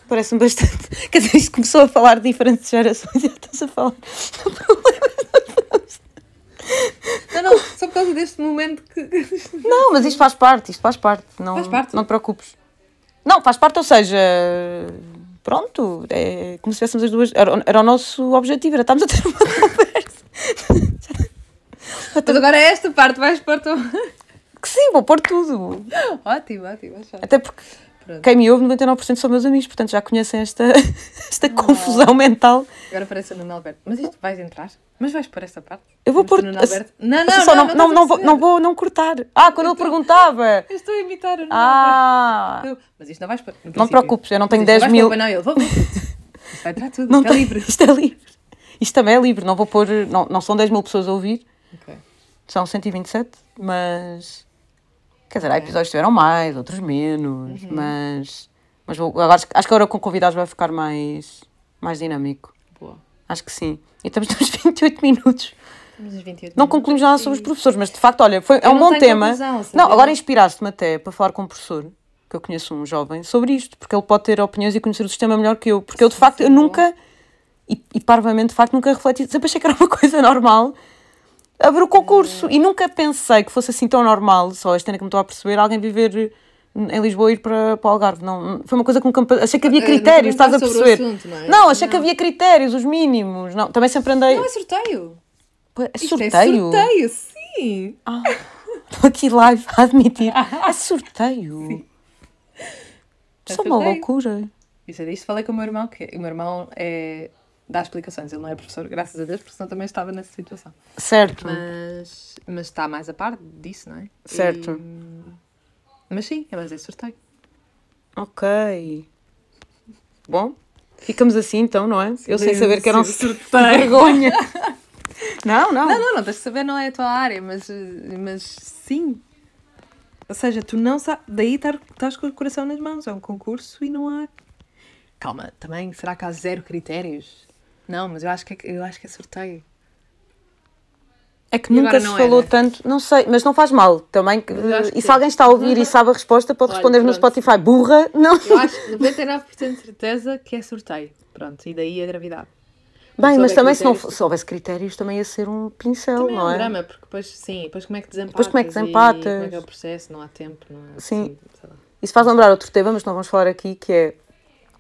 [SPEAKER 2] Parece-me bastante. Quer dizer, isto começou a falar de diferentes gerações. Já estás a falar.
[SPEAKER 1] Não, não, só por causa deste momento que.
[SPEAKER 2] Não, mas isto faz parte, isto faz parte. Não,
[SPEAKER 1] Faz parte?
[SPEAKER 2] Não te preocupes. Não, faz parte, ou seja, pronto, é como se tivéssemos as duas. Era, era o nosso objetivo, era estarmos a ter uma conversa.
[SPEAKER 1] Mas agora é esta parte, vais pôr tu.
[SPEAKER 2] Que sim, vou pôr tudo.
[SPEAKER 1] ótimo, ótimo, acho.
[SPEAKER 2] Até porque
[SPEAKER 1] Pronto.
[SPEAKER 2] quem me ouve, 99% são meus amigos, portanto já conhecem esta, esta
[SPEAKER 1] Oh.
[SPEAKER 2] confusão mental.
[SPEAKER 1] Agora parece o Nuno Alberto. Mas isto vais entrar? Mas vais pôr esta parte?
[SPEAKER 2] Eu vou
[SPEAKER 1] Mas
[SPEAKER 2] pôr-
[SPEAKER 1] o Nuno Alberto. Não,
[SPEAKER 2] Mas
[SPEAKER 1] não,
[SPEAKER 2] só
[SPEAKER 1] não,
[SPEAKER 2] não, não, não, vou,
[SPEAKER 1] estás a
[SPEAKER 2] não
[SPEAKER 1] perceber.
[SPEAKER 2] vou não cortar. Ah, quando ele perguntava.
[SPEAKER 1] Eu estou a imitar o Nuno
[SPEAKER 2] Ah,
[SPEAKER 1] Alberto. Eu- Mas isto não vais pôr. no
[SPEAKER 2] não te
[SPEAKER 1] princípio.
[SPEAKER 2] preocupes, eu não
[SPEAKER 1] Mas
[SPEAKER 2] tenho
[SPEAKER 1] isto
[SPEAKER 2] 10
[SPEAKER 1] não
[SPEAKER 2] mil.
[SPEAKER 1] Vais pôr, pois não, ele. Vou, vou. Isto vai entrar tudo.
[SPEAKER 2] Não
[SPEAKER 1] Não é
[SPEAKER 2] tem-
[SPEAKER 1] livre.
[SPEAKER 2] Isto é livre. Isto também é livre. Não vou pôr. Não, não são 10 mil pessoas a ouvir,
[SPEAKER 1] Ok.
[SPEAKER 2] são 127, mas. Quer dizer, há episódios que tiveram mais, outros menos,
[SPEAKER 1] Uhum.
[SPEAKER 2] mas. Mas vou, agora acho, acho que agora com convidados vai ficar mais, mais dinâmico.
[SPEAKER 1] Boa.
[SPEAKER 2] Acho que sim. E estamos nos 28 minutos.
[SPEAKER 1] Estamos aos 28
[SPEAKER 2] Não
[SPEAKER 1] minutos.
[SPEAKER 2] concluímos nada sobre os professores, mas de facto, olha, foi,
[SPEAKER 1] Uhum.
[SPEAKER 2] é
[SPEAKER 1] Eu
[SPEAKER 2] um
[SPEAKER 1] não
[SPEAKER 2] bom
[SPEAKER 1] tenho
[SPEAKER 2] tema.
[SPEAKER 1] conclusão, sabes?
[SPEAKER 2] não, agora inspiraste-me até para falar com um professor, que eu conheço um jovem, sobre isto, porque ele pode ter opiniões e conhecer o sistema melhor que eu. Porque eu, de
[SPEAKER 1] Sim,
[SPEAKER 2] facto,
[SPEAKER 1] sim, é
[SPEAKER 2] eu
[SPEAKER 1] boa.
[SPEAKER 2] nunca, e, e parvamente, de facto, nunca refleti, sempre achei que era uma coisa normal abrir o concurso. E nunca pensei que fosse assim tão normal, só este ano é que me estou a perceber, alguém viver em Lisboa e ir para, para o Algarve. Não, foi uma coisa que nunca. me- Achei que havia
[SPEAKER 1] nunca
[SPEAKER 2] critérios, estás a
[SPEAKER 1] pensaste Eh, sobre o
[SPEAKER 2] perceber?
[SPEAKER 1] assunto, não é?
[SPEAKER 2] Não, achei que
[SPEAKER 1] Não.
[SPEAKER 2] havia critérios, os mínimos. Não, também sempre andei.
[SPEAKER 1] Não é sorteio.
[SPEAKER 2] Pô,
[SPEAKER 1] Isto é sorteio, sim.
[SPEAKER 2] Ah, Estou aqui live a admitir. É sorteio. Isso é uma
[SPEAKER 1] sorteio.
[SPEAKER 2] loucura.
[SPEAKER 1] Isso é disto. Falei com o meu irmão, que o meu irmão é... dá explicações. Ele não é professor, graças a Deus, porque senão também estava nessa situação.
[SPEAKER 2] Certo.
[SPEAKER 1] Mas, mas está mais a par disso, não é?
[SPEAKER 2] Certo.
[SPEAKER 1] E- Mas sim, é mais esse sorteio.
[SPEAKER 2] Ok. Bom, ficamos assim então, não é? Eu sem saber que era um
[SPEAKER 1] Sim,
[SPEAKER 2] sorteio. Vergonha. Não,
[SPEAKER 1] Não,
[SPEAKER 2] não.
[SPEAKER 1] não, não, tens de saber, não é a tua área, mas, eh, mas sim. Ou seja, tu não sabes. Daí tar- estás com o coração nas mãos. É um concurso e não há. Calma, também, será que há zero critérios? Não, mas eu acho que é, eu acho que é sorteio.
[SPEAKER 2] É que
[SPEAKER 1] E
[SPEAKER 2] nunca
[SPEAKER 1] agora
[SPEAKER 2] se
[SPEAKER 1] não é,
[SPEAKER 2] falou
[SPEAKER 1] né?
[SPEAKER 2] tanto. Não sei, mas não faz mal também. que-
[SPEAKER 1] Eu acho
[SPEAKER 2] E
[SPEAKER 1] que-
[SPEAKER 2] se alguém está a ouvir e sabe a resposta, pode
[SPEAKER 1] Olha,
[SPEAKER 2] responder no
[SPEAKER 1] pronto.
[SPEAKER 2] Spotify. Burra, não.
[SPEAKER 1] Eu acho 99% de certeza que é sorteio. Pronto, e daí a gravidade.
[SPEAKER 2] Bem,
[SPEAKER 1] se
[SPEAKER 2] mas
[SPEAKER 1] houver
[SPEAKER 2] também se, não,
[SPEAKER 1] critérios-
[SPEAKER 2] se houvesse critérios, também ia ser um pincel,
[SPEAKER 1] Também é
[SPEAKER 2] não
[SPEAKER 1] um
[SPEAKER 2] é?
[SPEAKER 1] drama, porque depois, sim, depois como é que desempatas?
[SPEAKER 2] Depois como é que
[SPEAKER 1] e
[SPEAKER 2] desempatas?
[SPEAKER 1] Como é que é o processo? Não há tempo, não há... assim,
[SPEAKER 2] Sim.
[SPEAKER 1] sei lá.
[SPEAKER 2] Isso faz lembrar outro tema, mas não vamos falar aqui, que é...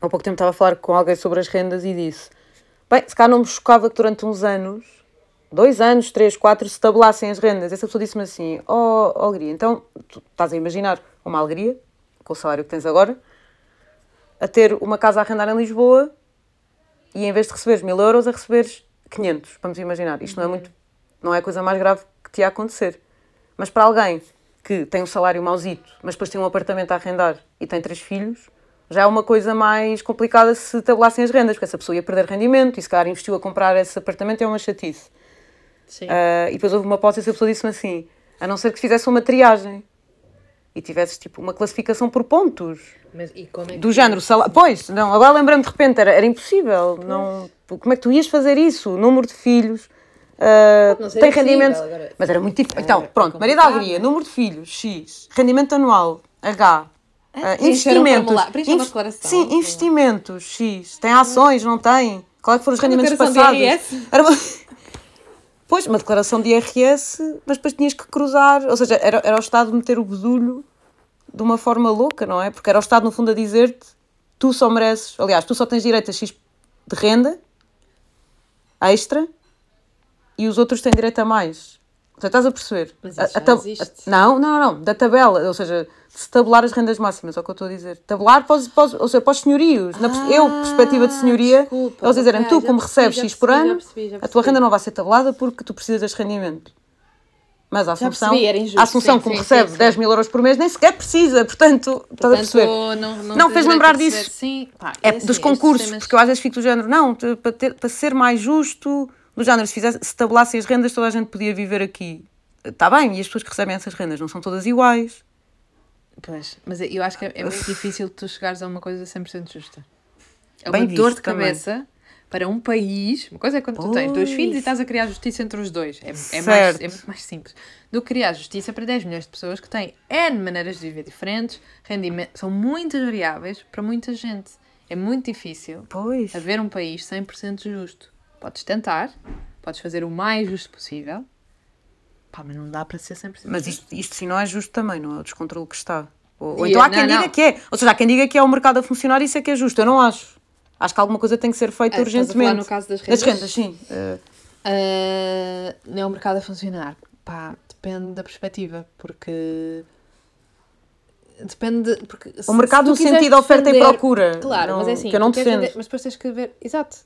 [SPEAKER 2] Há pouco tempo estava a falar com alguém sobre as rendas e disse... Bem, se calhar não me chocava que durante uns anos, dois anos, três, quatro, se tabulassem as rendas. Essa pessoa disse-me assim, ó oh, alegria, então tu estás a imaginar uma alegria, com o salário que tens agora, a ter uma casa a arrendar em Lisboa e em vez de receberes mil euros, a receberes 500, vamos imaginar. Isto não é muito, não é a coisa mais grave que te ia acontecer. Mas para alguém que tem um salário mauzito, mas depois tem um apartamento a arrendar e tem três filhos, já é uma coisa mais complicada se tabulassem as rendas, porque essa pessoa ia perder rendimento e se calhar investiu a comprar esse apartamento é uma chatice.
[SPEAKER 1] Sim.
[SPEAKER 2] Ah, e depois houve uma pausa e essa pessoa disse-me assim, a não ser que fizesse uma triagem e tivesses tipo uma classificação por pontos.
[SPEAKER 1] Mas e como é que...
[SPEAKER 2] Do género salário. Pois, não, agora lembrei-me de repente, era, era impossível. Não, como é que tu ias fazer isso? O número de filhos. ah,
[SPEAKER 1] Não seria
[SPEAKER 2] tem rendimento.
[SPEAKER 1] possível, agora-
[SPEAKER 2] Mas era muito difícil. Então,
[SPEAKER 1] era
[SPEAKER 2] pronto, Maria da
[SPEAKER 1] complicado,
[SPEAKER 2] Agoria, número de filhos, X. Rendimento anual, H. ah,
[SPEAKER 1] preencher um
[SPEAKER 2] investimentos.
[SPEAKER 1] formulário, preencher uma
[SPEAKER 2] Inves-
[SPEAKER 1] declaração.
[SPEAKER 2] Sim, investimentos, X. Tem ações, não tem? Qual é que foram os rendimentos
[SPEAKER 1] declaração
[SPEAKER 2] passados?
[SPEAKER 1] de
[SPEAKER 2] Era uma- Pois, uma declaração de IRS, mas depois tinhas que cruzar, ou seja, era, era o Estado meter o besulho de uma forma louca, não é? Porque era o Estado, no fundo, a dizer-te: tu só mereces, aliás, tu só tens direito a X de renda extra e os outros têm direito a mais. Já estás a perceber?
[SPEAKER 3] Mas
[SPEAKER 2] A-
[SPEAKER 3] isso
[SPEAKER 2] a
[SPEAKER 3] já
[SPEAKER 2] tab-
[SPEAKER 3] existe.
[SPEAKER 2] a- não, não, não, da tabela, ou seja, de se tabular as rendas máximas, é o que eu estou a dizer. Tabular para os, para os- ou seja, para os senhorios. Na, pers- eu, perspectiva de senhoria,
[SPEAKER 3] Ah, desculpa,
[SPEAKER 2] eles dizerem,
[SPEAKER 3] ok,
[SPEAKER 2] tu,
[SPEAKER 3] já
[SPEAKER 2] como
[SPEAKER 3] percebi,
[SPEAKER 2] recebes
[SPEAKER 3] já
[SPEAKER 2] X por
[SPEAKER 3] percebi, já
[SPEAKER 2] ano,
[SPEAKER 3] percebi, já
[SPEAKER 2] a tua
[SPEAKER 3] percebi.
[SPEAKER 2] renda não vai ser tabulada porque tu precisas deste rendimento. Mas a Assunção,
[SPEAKER 3] percebi, era injusto,
[SPEAKER 2] a Assunção
[SPEAKER 3] sim,
[SPEAKER 2] como
[SPEAKER 3] sim,
[SPEAKER 2] recebe
[SPEAKER 3] sim, sim.
[SPEAKER 2] 10 mil euros por mês, nem sequer precisa, portanto, estás a perceber?
[SPEAKER 3] não, não,
[SPEAKER 2] Não,
[SPEAKER 3] tem
[SPEAKER 2] fez
[SPEAKER 3] direito
[SPEAKER 2] lembrar
[SPEAKER 3] a receber.
[SPEAKER 2] disso.
[SPEAKER 3] Sim, pá,
[SPEAKER 2] É
[SPEAKER 3] assim,
[SPEAKER 2] dos
[SPEAKER 3] estes
[SPEAKER 2] concursos,
[SPEAKER 3] temas-
[SPEAKER 2] porque eu às vezes fico do género, não, te- para, ter- para ser mais justo, do género, se, fizesse, se tabulassem as rendas, toda a gente podia viver aqui. Está bem, e as pessoas que recebem essas rendas não são todas iguais.
[SPEAKER 1] Pois, mas eu acho que é é muito difícil tu chegares a uma coisa 100% justa. É uma
[SPEAKER 2] Bem
[SPEAKER 1] dor
[SPEAKER 2] visto
[SPEAKER 1] de
[SPEAKER 2] também.
[SPEAKER 1] cabeça para um país. Uma coisa é quando tu tens dois
[SPEAKER 2] Pois.
[SPEAKER 1] filhos e estás a criar justiça entre os dois. É, é, mais,
[SPEAKER 2] Certo.
[SPEAKER 1] é muito mais simples do que criar justiça para 10 milhões de pessoas que têm N maneiras de viver diferentes, rendimento, são muitas variáveis para muita gente. É muito difícil
[SPEAKER 2] Pois.
[SPEAKER 1] haver um país 100% justo. Podes tentar, podes fazer o mais justo possível, pá, mas não dá para ser 100%
[SPEAKER 2] Mas isto, isto sim não é justo também, não é? O descontrole que está. Ou, ou
[SPEAKER 1] E-
[SPEAKER 2] então há quem
[SPEAKER 1] não,
[SPEAKER 2] diga
[SPEAKER 1] não.
[SPEAKER 2] que é. Ou seja, há quem diga que é o mercado a funcionar e isso é que é justo. Eu não acho. Acho que alguma coisa tem que ser feita
[SPEAKER 1] Ah, estás a
[SPEAKER 2] urgentemente.
[SPEAKER 1] falar no caso das
[SPEAKER 2] Das
[SPEAKER 1] rendas? Ah.
[SPEAKER 2] rendas, sim. Eh,
[SPEAKER 1] Uh, não é o mercado a funcionar. Pá, depende da perspectiva, porque. Depende. de- Porque se-
[SPEAKER 2] o mercado
[SPEAKER 1] se tu
[SPEAKER 2] no
[SPEAKER 1] quiseres
[SPEAKER 2] sentido de oferta e
[SPEAKER 1] defender-
[SPEAKER 2] procura.
[SPEAKER 1] Claro,
[SPEAKER 2] não-
[SPEAKER 1] mas é assim.
[SPEAKER 2] Que eu não
[SPEAKER 1] tu queres
[SPEAKER 2] defendo.
[SPEAKER 1] vender- mas depois tens que ver. Exato.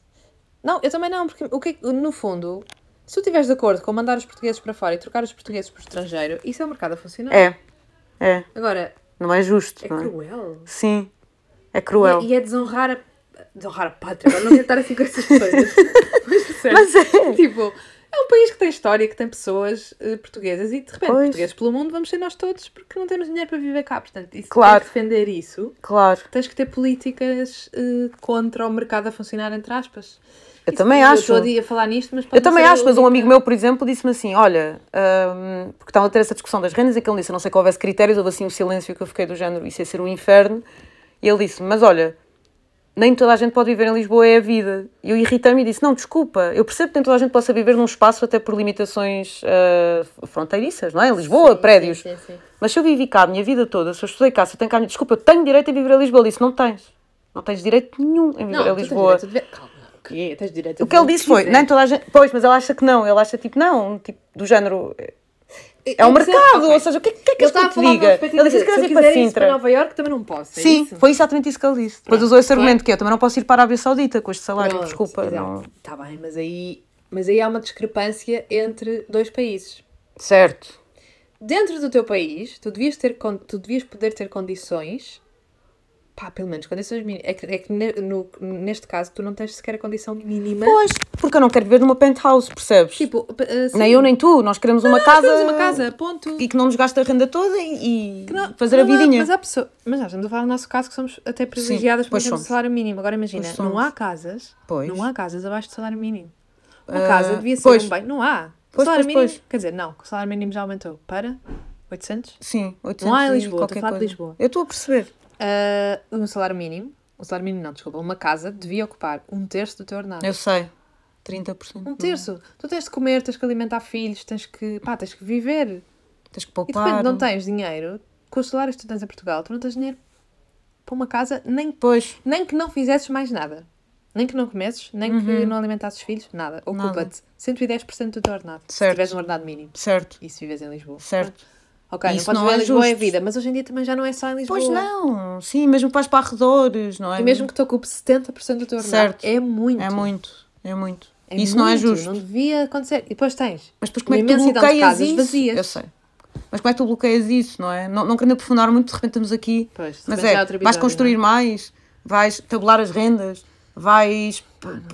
[SPEAKER 1] Não, eu também não, porque o que, é que- no fundo, se tu estiveres de acordo com mandar os portugueses para fora e trocar os portugueses por estrangeiro, isso é o mercado a funcionar.
[SPEAKER 2] É. É.
[SPEAKER 1] Agora,
[SPEAKER 2] Não é justo,
[SPEAKER 1] é
[SPEAKER 2] não é?
[SPEAKER 1] cruel.
[SPEAKER 2] Sim. É cruel.
[SPEAKER 1] E, e é desonrar a. Desonrar a pátria, agora não quero estar assim com essas coisas. mas, sério.
[SPEAKER 2] Mas é.
[SPEAKER 1] Tipo, é um país que tem história, que tem pessoas eh, portuguesas e de repente
[SPEAKER 2] Pois.
[SPEAKER 1] portugueses pelo mundo vamos ser nós todos porque não temos dinheiro para viver cá. Portanto, isso
[SPEAKER 2] Claro.
[SPEAKER 1] tens que defender isso.
[SPEAKER 2] Claro.
[SPEAKER 1] Tens que ter políticas eh, contra o mercado a funcionar, entre aspas.
[SPEAKER 2] Eu também
[SPEAKER 1] eu
[SPEAKER 2] acho.
[SPEAKER 1] estou ali a falar nisto, mas pode
[SPEAKER 2] Eu também
[SPEAKER 1] não ser
[SPEAKER 2] acho,
[SPEAKER 1] a
[SPEAKER 2] mas um
[SPEAKER 1] única.
[SPEAKER 2] amigo meu, por exemplo, disse-me assim: olha, hum, porque estava a ter essa discussão das rendas, e que ele disse: a não sei que houvesse critérios, houve assim um silêncio que eu fiquei do género, isso ia ser um inferno. E ele disse: mas olha, nem toda a gente pode viver em Lisboa, é a vida. E eu irritei-me e disse: não, desculpa, eu percebo que nem toda a gente possa viver num espaço até por limitações ah, fronteiriças, não é? Lisboa, prédios.
[SPEAKER 3] Sim, sim, sim.
[SPEAKER 2] Mas se eu vivi cá a minha vida toda, se eu estudei cá, se eu tenho cá a minha. Desculpa, eu tenho direito a viver em Lisboa. Ele disse: não tens. Não tens direito nenhum em viver
[SPEAKER 1] Não,
[SPEAKER 2] em Lisboa.
[SPEAKER 1] Tu tens direito a viver- Calma, o quê? Tens direito a
[SPEAKER 2] O que ele
[SPEAKER 1] viver
[SPEAKER 2] disse foi,
[SPEAKER 1] quiseres.
[SPEAKER 2] nem toda a gente. Pois, mas ele acha que não, ele acha tipo, não, tipo, do género. É
[SPEAKER 1] Eu
[SPEAKER 2] um
[SPEAKER 1] percebo,
[SPEAKER 2] mercado,
[SPEAKER 1] ok.
[SPEAKER 2] ou seja, o que, o que é
[SPEAKER 1] Ele
[SPEAKER 2] que és que
[SPEAKER 1] está
[SPEAKER 2] eu
[SPEAKER 1] a
[SPEAKER 2] te
[SPEAKER 1] falar
[SPEAKER 2] diga? Ele disse
[SPEAKER 1] quer
[SPEAKER 2] que queres ir para
[SPEAKER 1] ir para
[SPEAKER 2] Sintra.
[SPEAKER 1] Nova Iorque também não posso. é
[SPEAKER 2] Sim,
[SPEAKER 1] isso?
[SPEAKER 2] foi exatamente isso que ele disse. Depois usou esse argumento que é, eu também não posso ir para a Arábia Saudita com este salário,
[SPEAKER 1] Pronto,
[SPEAKER 2] desculpa.
[SPEAKER 1] exato.
[SPEAKER 2] não-
[SPEAKER 1] Tá bem, mas aí, mas aí há uma discrepância entre dois países.
[SPEAKER 2] Certo.
[SPEAKER 1] Dentro do teu país, tu devias, ter, con- tu devias poder ter condições, pá, pelo menos condições mínimas. É que, é que ne- no- neste caso tu não tens sequer a condição mínima.
[SPEAKER 2] Pois, porque eu não quero viver numa penthouse, percebes?
[SPEAKER 1] Tipo, p- assim,
[SPEAKER 2] nem eu nem tu, nós queremos uma casa.
[SPEAKER 1] temos uma casa, ponto.
[SPEAKER 2] E que não nos gaste a renda toda e, e
[SPEAKER 1] Não,
[SPEAKER 2] fazer a
[SPEAKER 1] não dá,
[SPEAKER 2] vidinha.
[SPEAKER 1] Mas há pessoas. Mas nós estamos a falar no nosso caso que somos até privilegiadas por
[SPEAKER 2] pois
[SPEAKER 1] termos o
[SPEAKER 2] somos.
[SPEAKER 1] salário mínimo. Agora imagina,
[SPEAKER 2] Pois
[SPEAKER 1] não
[SPEAKER 2] somos.
[SPEAKER 1] há casas.
[SPEAKER 2] Pois.
[SPEAKER 1] Não há casas abaixo do salário mínimo. Uma
[SPEAKER 2] Ah,
[SPEAKER 1] casa devia ser
[SPEAKER 2] pois.
[SPEAKER 1] um bem. Não há. o
[SPEAKER 2] Pois,
[SPEAKER 1] salário
[SPEAKER 2] pois,
[SPEAKER 1] mínimo.
[SPEAKER 2] pois.
[SPEAKER 1] Quer dizer, não, o salário mínimo já aumentou para 800.
[SPEAKER 2] Sim, 800
[SPEAKER 1] Não há em
[SPEAKER 2] e
[SPEAKER 1] Lisboa,
[SPEAKER 2] qualquer
[SPEAKER 1] estou a falar de
[SPEAKER 2] coisa.
[SPEAKER 1] Lisboa.
[SPEAKER 2] Eu estou a perceber.
[SPEAKER 1] Ah, um salário mínimo. Um salário mínimo, não, desculpa. Uma casa devia ocupar um terço do teu ordenado.
[SPEAKER 2] Eu sei. 30%.
[SPEAKER 1] Um terço. Tu tens de comer, tens que alimentar filhos, tens que. pá, tens que viver.
[SPEAKER 2] Tens que
[SPEAKER 1] E de
[SPEAKER 2] poupar.
[SPEAKER 1] repente não tens dinheiro. Com os salários que tu tens em Portugal, tu não tens dinheiro para uma casa nem
[SPEAKER 2] Pois.
[SPEAKER 1] Nem que não fizesses mais nada. Nem que não comesses, nem
[SPEAKER 2] Uhum.
[SPEAKER 1] que não alimentasses filhos, nada. Ocupa-te 110% do teu ordenado. Se
[SPEAKER 2] Certo.
[SPEAKER 1] tiveres um ordenado mínimo.
[SPEAKER 2] Certo,
[SPEAKER 1] E se vives em Lisboa.
[SPEAKER 2] certo.
[SPEAKER 1] Ok,
[SPEAKER 2] Isso
[SPEAKER 1] não podes
[SPEAKER 2] não
[SPEAKER 1] viver
[SPEAKER 2] é
[SPEAKER 1] em Lisboa é
[SPEAKER 2] justo.
[SPEAKER 1] vida, mas hoje em dia também já não é só em Lisboa.
[SPEAKER 2] Pois não, Tipo, sim, mesmo para os arredores, não é?
[SPEAKER 1] E mesmo que te ocupe 70% do teu ordenado,
[SPEAKER 2] Certo.
[SPEAKER 1] é muito.
[SPEAKER 2] É muito, é muito.
[SPEAKER 1] É
[SPEAKER 2] Isso não é
[SPEAKER 1] muito,
[SPEAKER 2] justo.
[SPEAKER 1] Não devia acontecer. E depois tens.
[SPEAKER 2] Mas depois como é que
[SPEAKER 1] uma
[SPEAKER 2] tu
[SPEAKER 1] imensidão de
[SPEAKER 2] bloqueias
[SPEAKER 1] casas
[SPEAKER 2] isso?
[SPEAKER 1] vazias.
[SPEAKER 2] Eu sei. Mas como é que tu bloqueias isso, não é? Não, não querendo aprofundar muito, de repente estamos aqui.
[SPEAKER 1] Pois, de
[SPEAKER 2] mas
[SPEAKER 1] repente já é
[SPEAKER 2] é,
[SPEAKER 1] outro
[SPEAKER 2] vais
[SPEAKER 1] episódio,
[SPEAKER 2] construir mais, vais tabular as rendas, vais,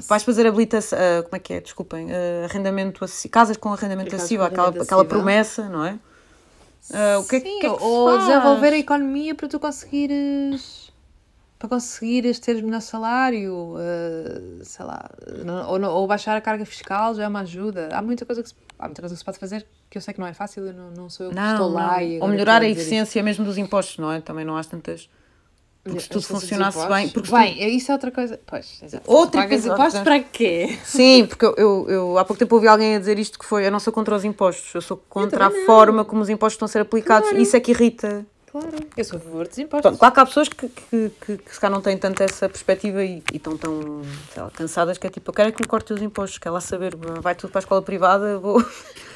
[SPEAKER 2] vais fazer habilitação. ah, como é que é? Desculpem. ah, arrendamento acessível. Casas com
[SPEAKER 1] Casas
[SPEAKER 2] arrendamento
[SPEAKER 1] com
[SPEAKER 2] acessível, aquela,
[SPEAKER 1] arrendamento
[SPEAKER 2] aquela
[SPEAKER 1] acessível.
[SPEAKER 2] promessa, não é? Ah, o que é que,
[SPEAKER 1] Sim,
[SPEAKER 2] o que é que se
[SPEAKER 1] ou
[SPEAKER 2] faz?
[SPEAKER 1] desenvolver a economia para tu conseguires para conseguires teres melhor salário, eh, sei lá, não- ou, não- ou baixar a carga fiscal já é uma ajuda. Há muita coisa que se, há muita coisa que se pode fazer que eu sei que não é fácil, eu não, não sou eu que estou lá e
[SPEAKER 2] Ou
[SPEAKER 1] agora
[SPEAKER 2] melhorar a
[SPEAKER 1] estou dizer
[SPEAKER 2] eficiência mesmo dos impostos, não é? Também não há tantas. Porque se
[SPEAKER 1] isto.
[SPEAKER 2] tudo
[SPEAKER 1] Eficiência dos
[SPEAKER 2] funcionasse
[SPEAKER 1] impostos.
[SPEAKER 2] bem. Porque se tu-
[SPEAKER 1] bem, isso é outra coisa. Pois, exato.
[SPEAKER 2] Outro
[SPEAKER 1] Pagas
[SPEAKER 2] episódio,
[SPEAKER 1] impostos
[SPEAKER 2] não é?
[SPEAKER 1] para quê?
[SPEAKER 2] Sim, porque eu, eu, eu- há pouco tempo ouvi alguém a dizer isto que foi: eu não sou contra os impostos, eu sou contra a forma como os impostos estão a ser aplicados. Isso é que irrita.
[SPEAKER 4] Claro, eu sou a favor dos impostos.
[SPEAKER 2] Pronto, claro que há pessoas que, que, que, que se calhar não têm tanto essa perspectiva e, e estão tão sei lá, cansadas que é tipo, eu quero é que me cortem os impostos, quer lá saber, vai tudo para a escola privada, vou.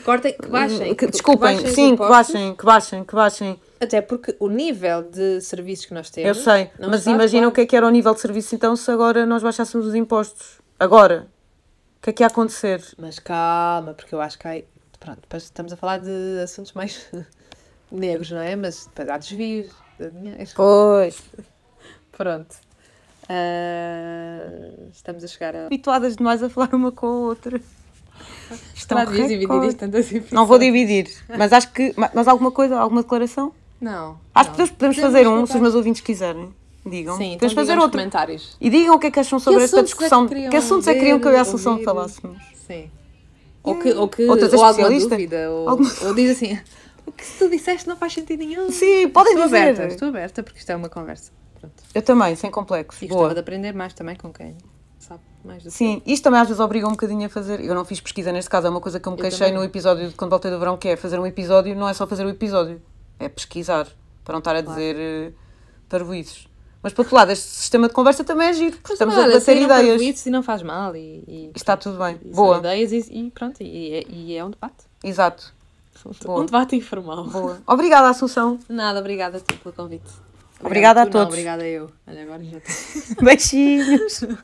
[SPEAKER 1] Cortem, que baixem.
[SPEAKER 2] Que- desculpem,
[SPEAKER 1] baixem os
[SPEAKER 2] sim, que
[SPEAKER 1] impostos.
[SPEAKER 2] baixem, que baixem, que baixem.
[SPEAKER 1] Até porque o nível de serviços que nós temos.
[SPEAKER 2] Eu sei,
[SPEAKER 1] não
[SPEAKER 2] mas
[SPEAKER 1] está,
[SPEAKER 2] imagina
[SPEAKER 1] claro.
[SPEAKER 2] o que é que era o nível de serviço então se agora nós baixássemos os impostos. Agora, o que é que ia acontecer?
[SPEAKER 1] Mas calma, porque eu acho que há. Pronto, depois estamos a falar de assuntos mais negros, não é? Mas depois há desvios de dinheiro.
[SPEAKER 2] Pois.
[SPEAKER 1] Pronto. Ah, estamos a chegar a.
[SPEAKER 2] Habituadas demais a falar uma com a outra. Estão
[SPEAKER 1] Lá devias dividir
[SPEAKER 2] recorde.
[SPEAKER 1] isto tantas vezes.
[SPEAKER 2] Não vou dividir, mas acho que. Mas alguma coisa, alguma declaração?
[SPEAKER 1] Não.
[SPEAKER 2] Acho que
[SPEAKER 1] não.
[SPEAKER 2] podemos, podemos fazer um,
[SPEAKER 1] colocar-
[SPEAKER 2] se os meus ouvintes quiserem. Digam.
[SPEAKER 1] Sim, então
[SPEAKER 2] podemos fazer
[SPEAKER 1] digam nos
[SPEAKER 2] outro.
[SPEAKER 1] comentários.
[SPEAKER 2] E digam o que é que acham sobre esta
[SPEAKER 1] assuntos é que
[SPEAKER 2] discussão.
[SPEAKER 1] queriam
[SPEAKER 2] que assuntos é que queriam que eu e a
[SPEAKER 1] ver,
[SPEAKER 2] Assunção
[SPEAKER 1] ouvir?
[SPEAKER 2] falássemos?
[SPEAKER 1] Sim. Ou que, ou que
[SPEAKER 2] Ou tu és
[SPEAKER 1] ou alguma
[SPEAKER 2] especialista?
[SPEAKER 1] dúvida, ou,
[SPEAKER 2] Alguma-
[SPEAKER 1] ou diz assim, o que se tu disseste não faz sentido nenhum.
[SPEAKER 2] Sim, podem
[SPEAKER 1] estou
[SPEAKER 2] dizer.
[SPEAKER 1] aberta, estou aberta porque isto é uma conversa. Pronto.
[SPEAKER 2] Eu também, sem complexos.
[SPEAKER 1] E gostava
[SPEAKER 2] Boa.
[SPEAKER 1] de aprender mais também com quem sabe mais do que
[SPEAKER 2] Sim, isto também às vezes obriga um bocadinho a fazer. Eu não fiz pesquisa neste caso, é uma coisa que eu me
[SPEAKER 1] Eu
[SPEAKER 2] queixei
[SPEAKER 1] também.
[SPEAKER 2] no episódio de quando voltei do verão, que é fazer um episódio, não é só fazer o episódio, é pesquisar, para não estar a dizer eh, parvoízes. Mas por outro lado, este sistema de conversa também é um giro, porque
[SPEAKER 1] Mas
[SPEAKER 2] estamos
[SPEAKER 1] olha,
[SPEAKER 2] a debater
[SPEAKER 1] saíram
[SPEAKER 2] ideias. E
[SPEAKER 1] parvoíces um E não faz mal. E, e,
[SPEAKER 2] está tudo bem.
[SPEAKER 1] e são
[SPEAKER 2] Boa,
[SPEAKER 1] ideias e, e pronto, e, é- e é um debate.
[SPEAKER 2] exato. Boa.
[SPEAKER 1] Um debate informal.
[SPEAKER 2] Boa. Obrigada, Assunção.
[SPEAKER 1] Nada, obrigada a ti pelo convite.
[SPEAKER 2] Obrigada a
[SPEAKER 1] tu não,
[SPEAKER 2] todos.
[SPEAKER 1] Obrigada eu. Olha, agora já estou.
[SPEAKER 2] Beijinhos.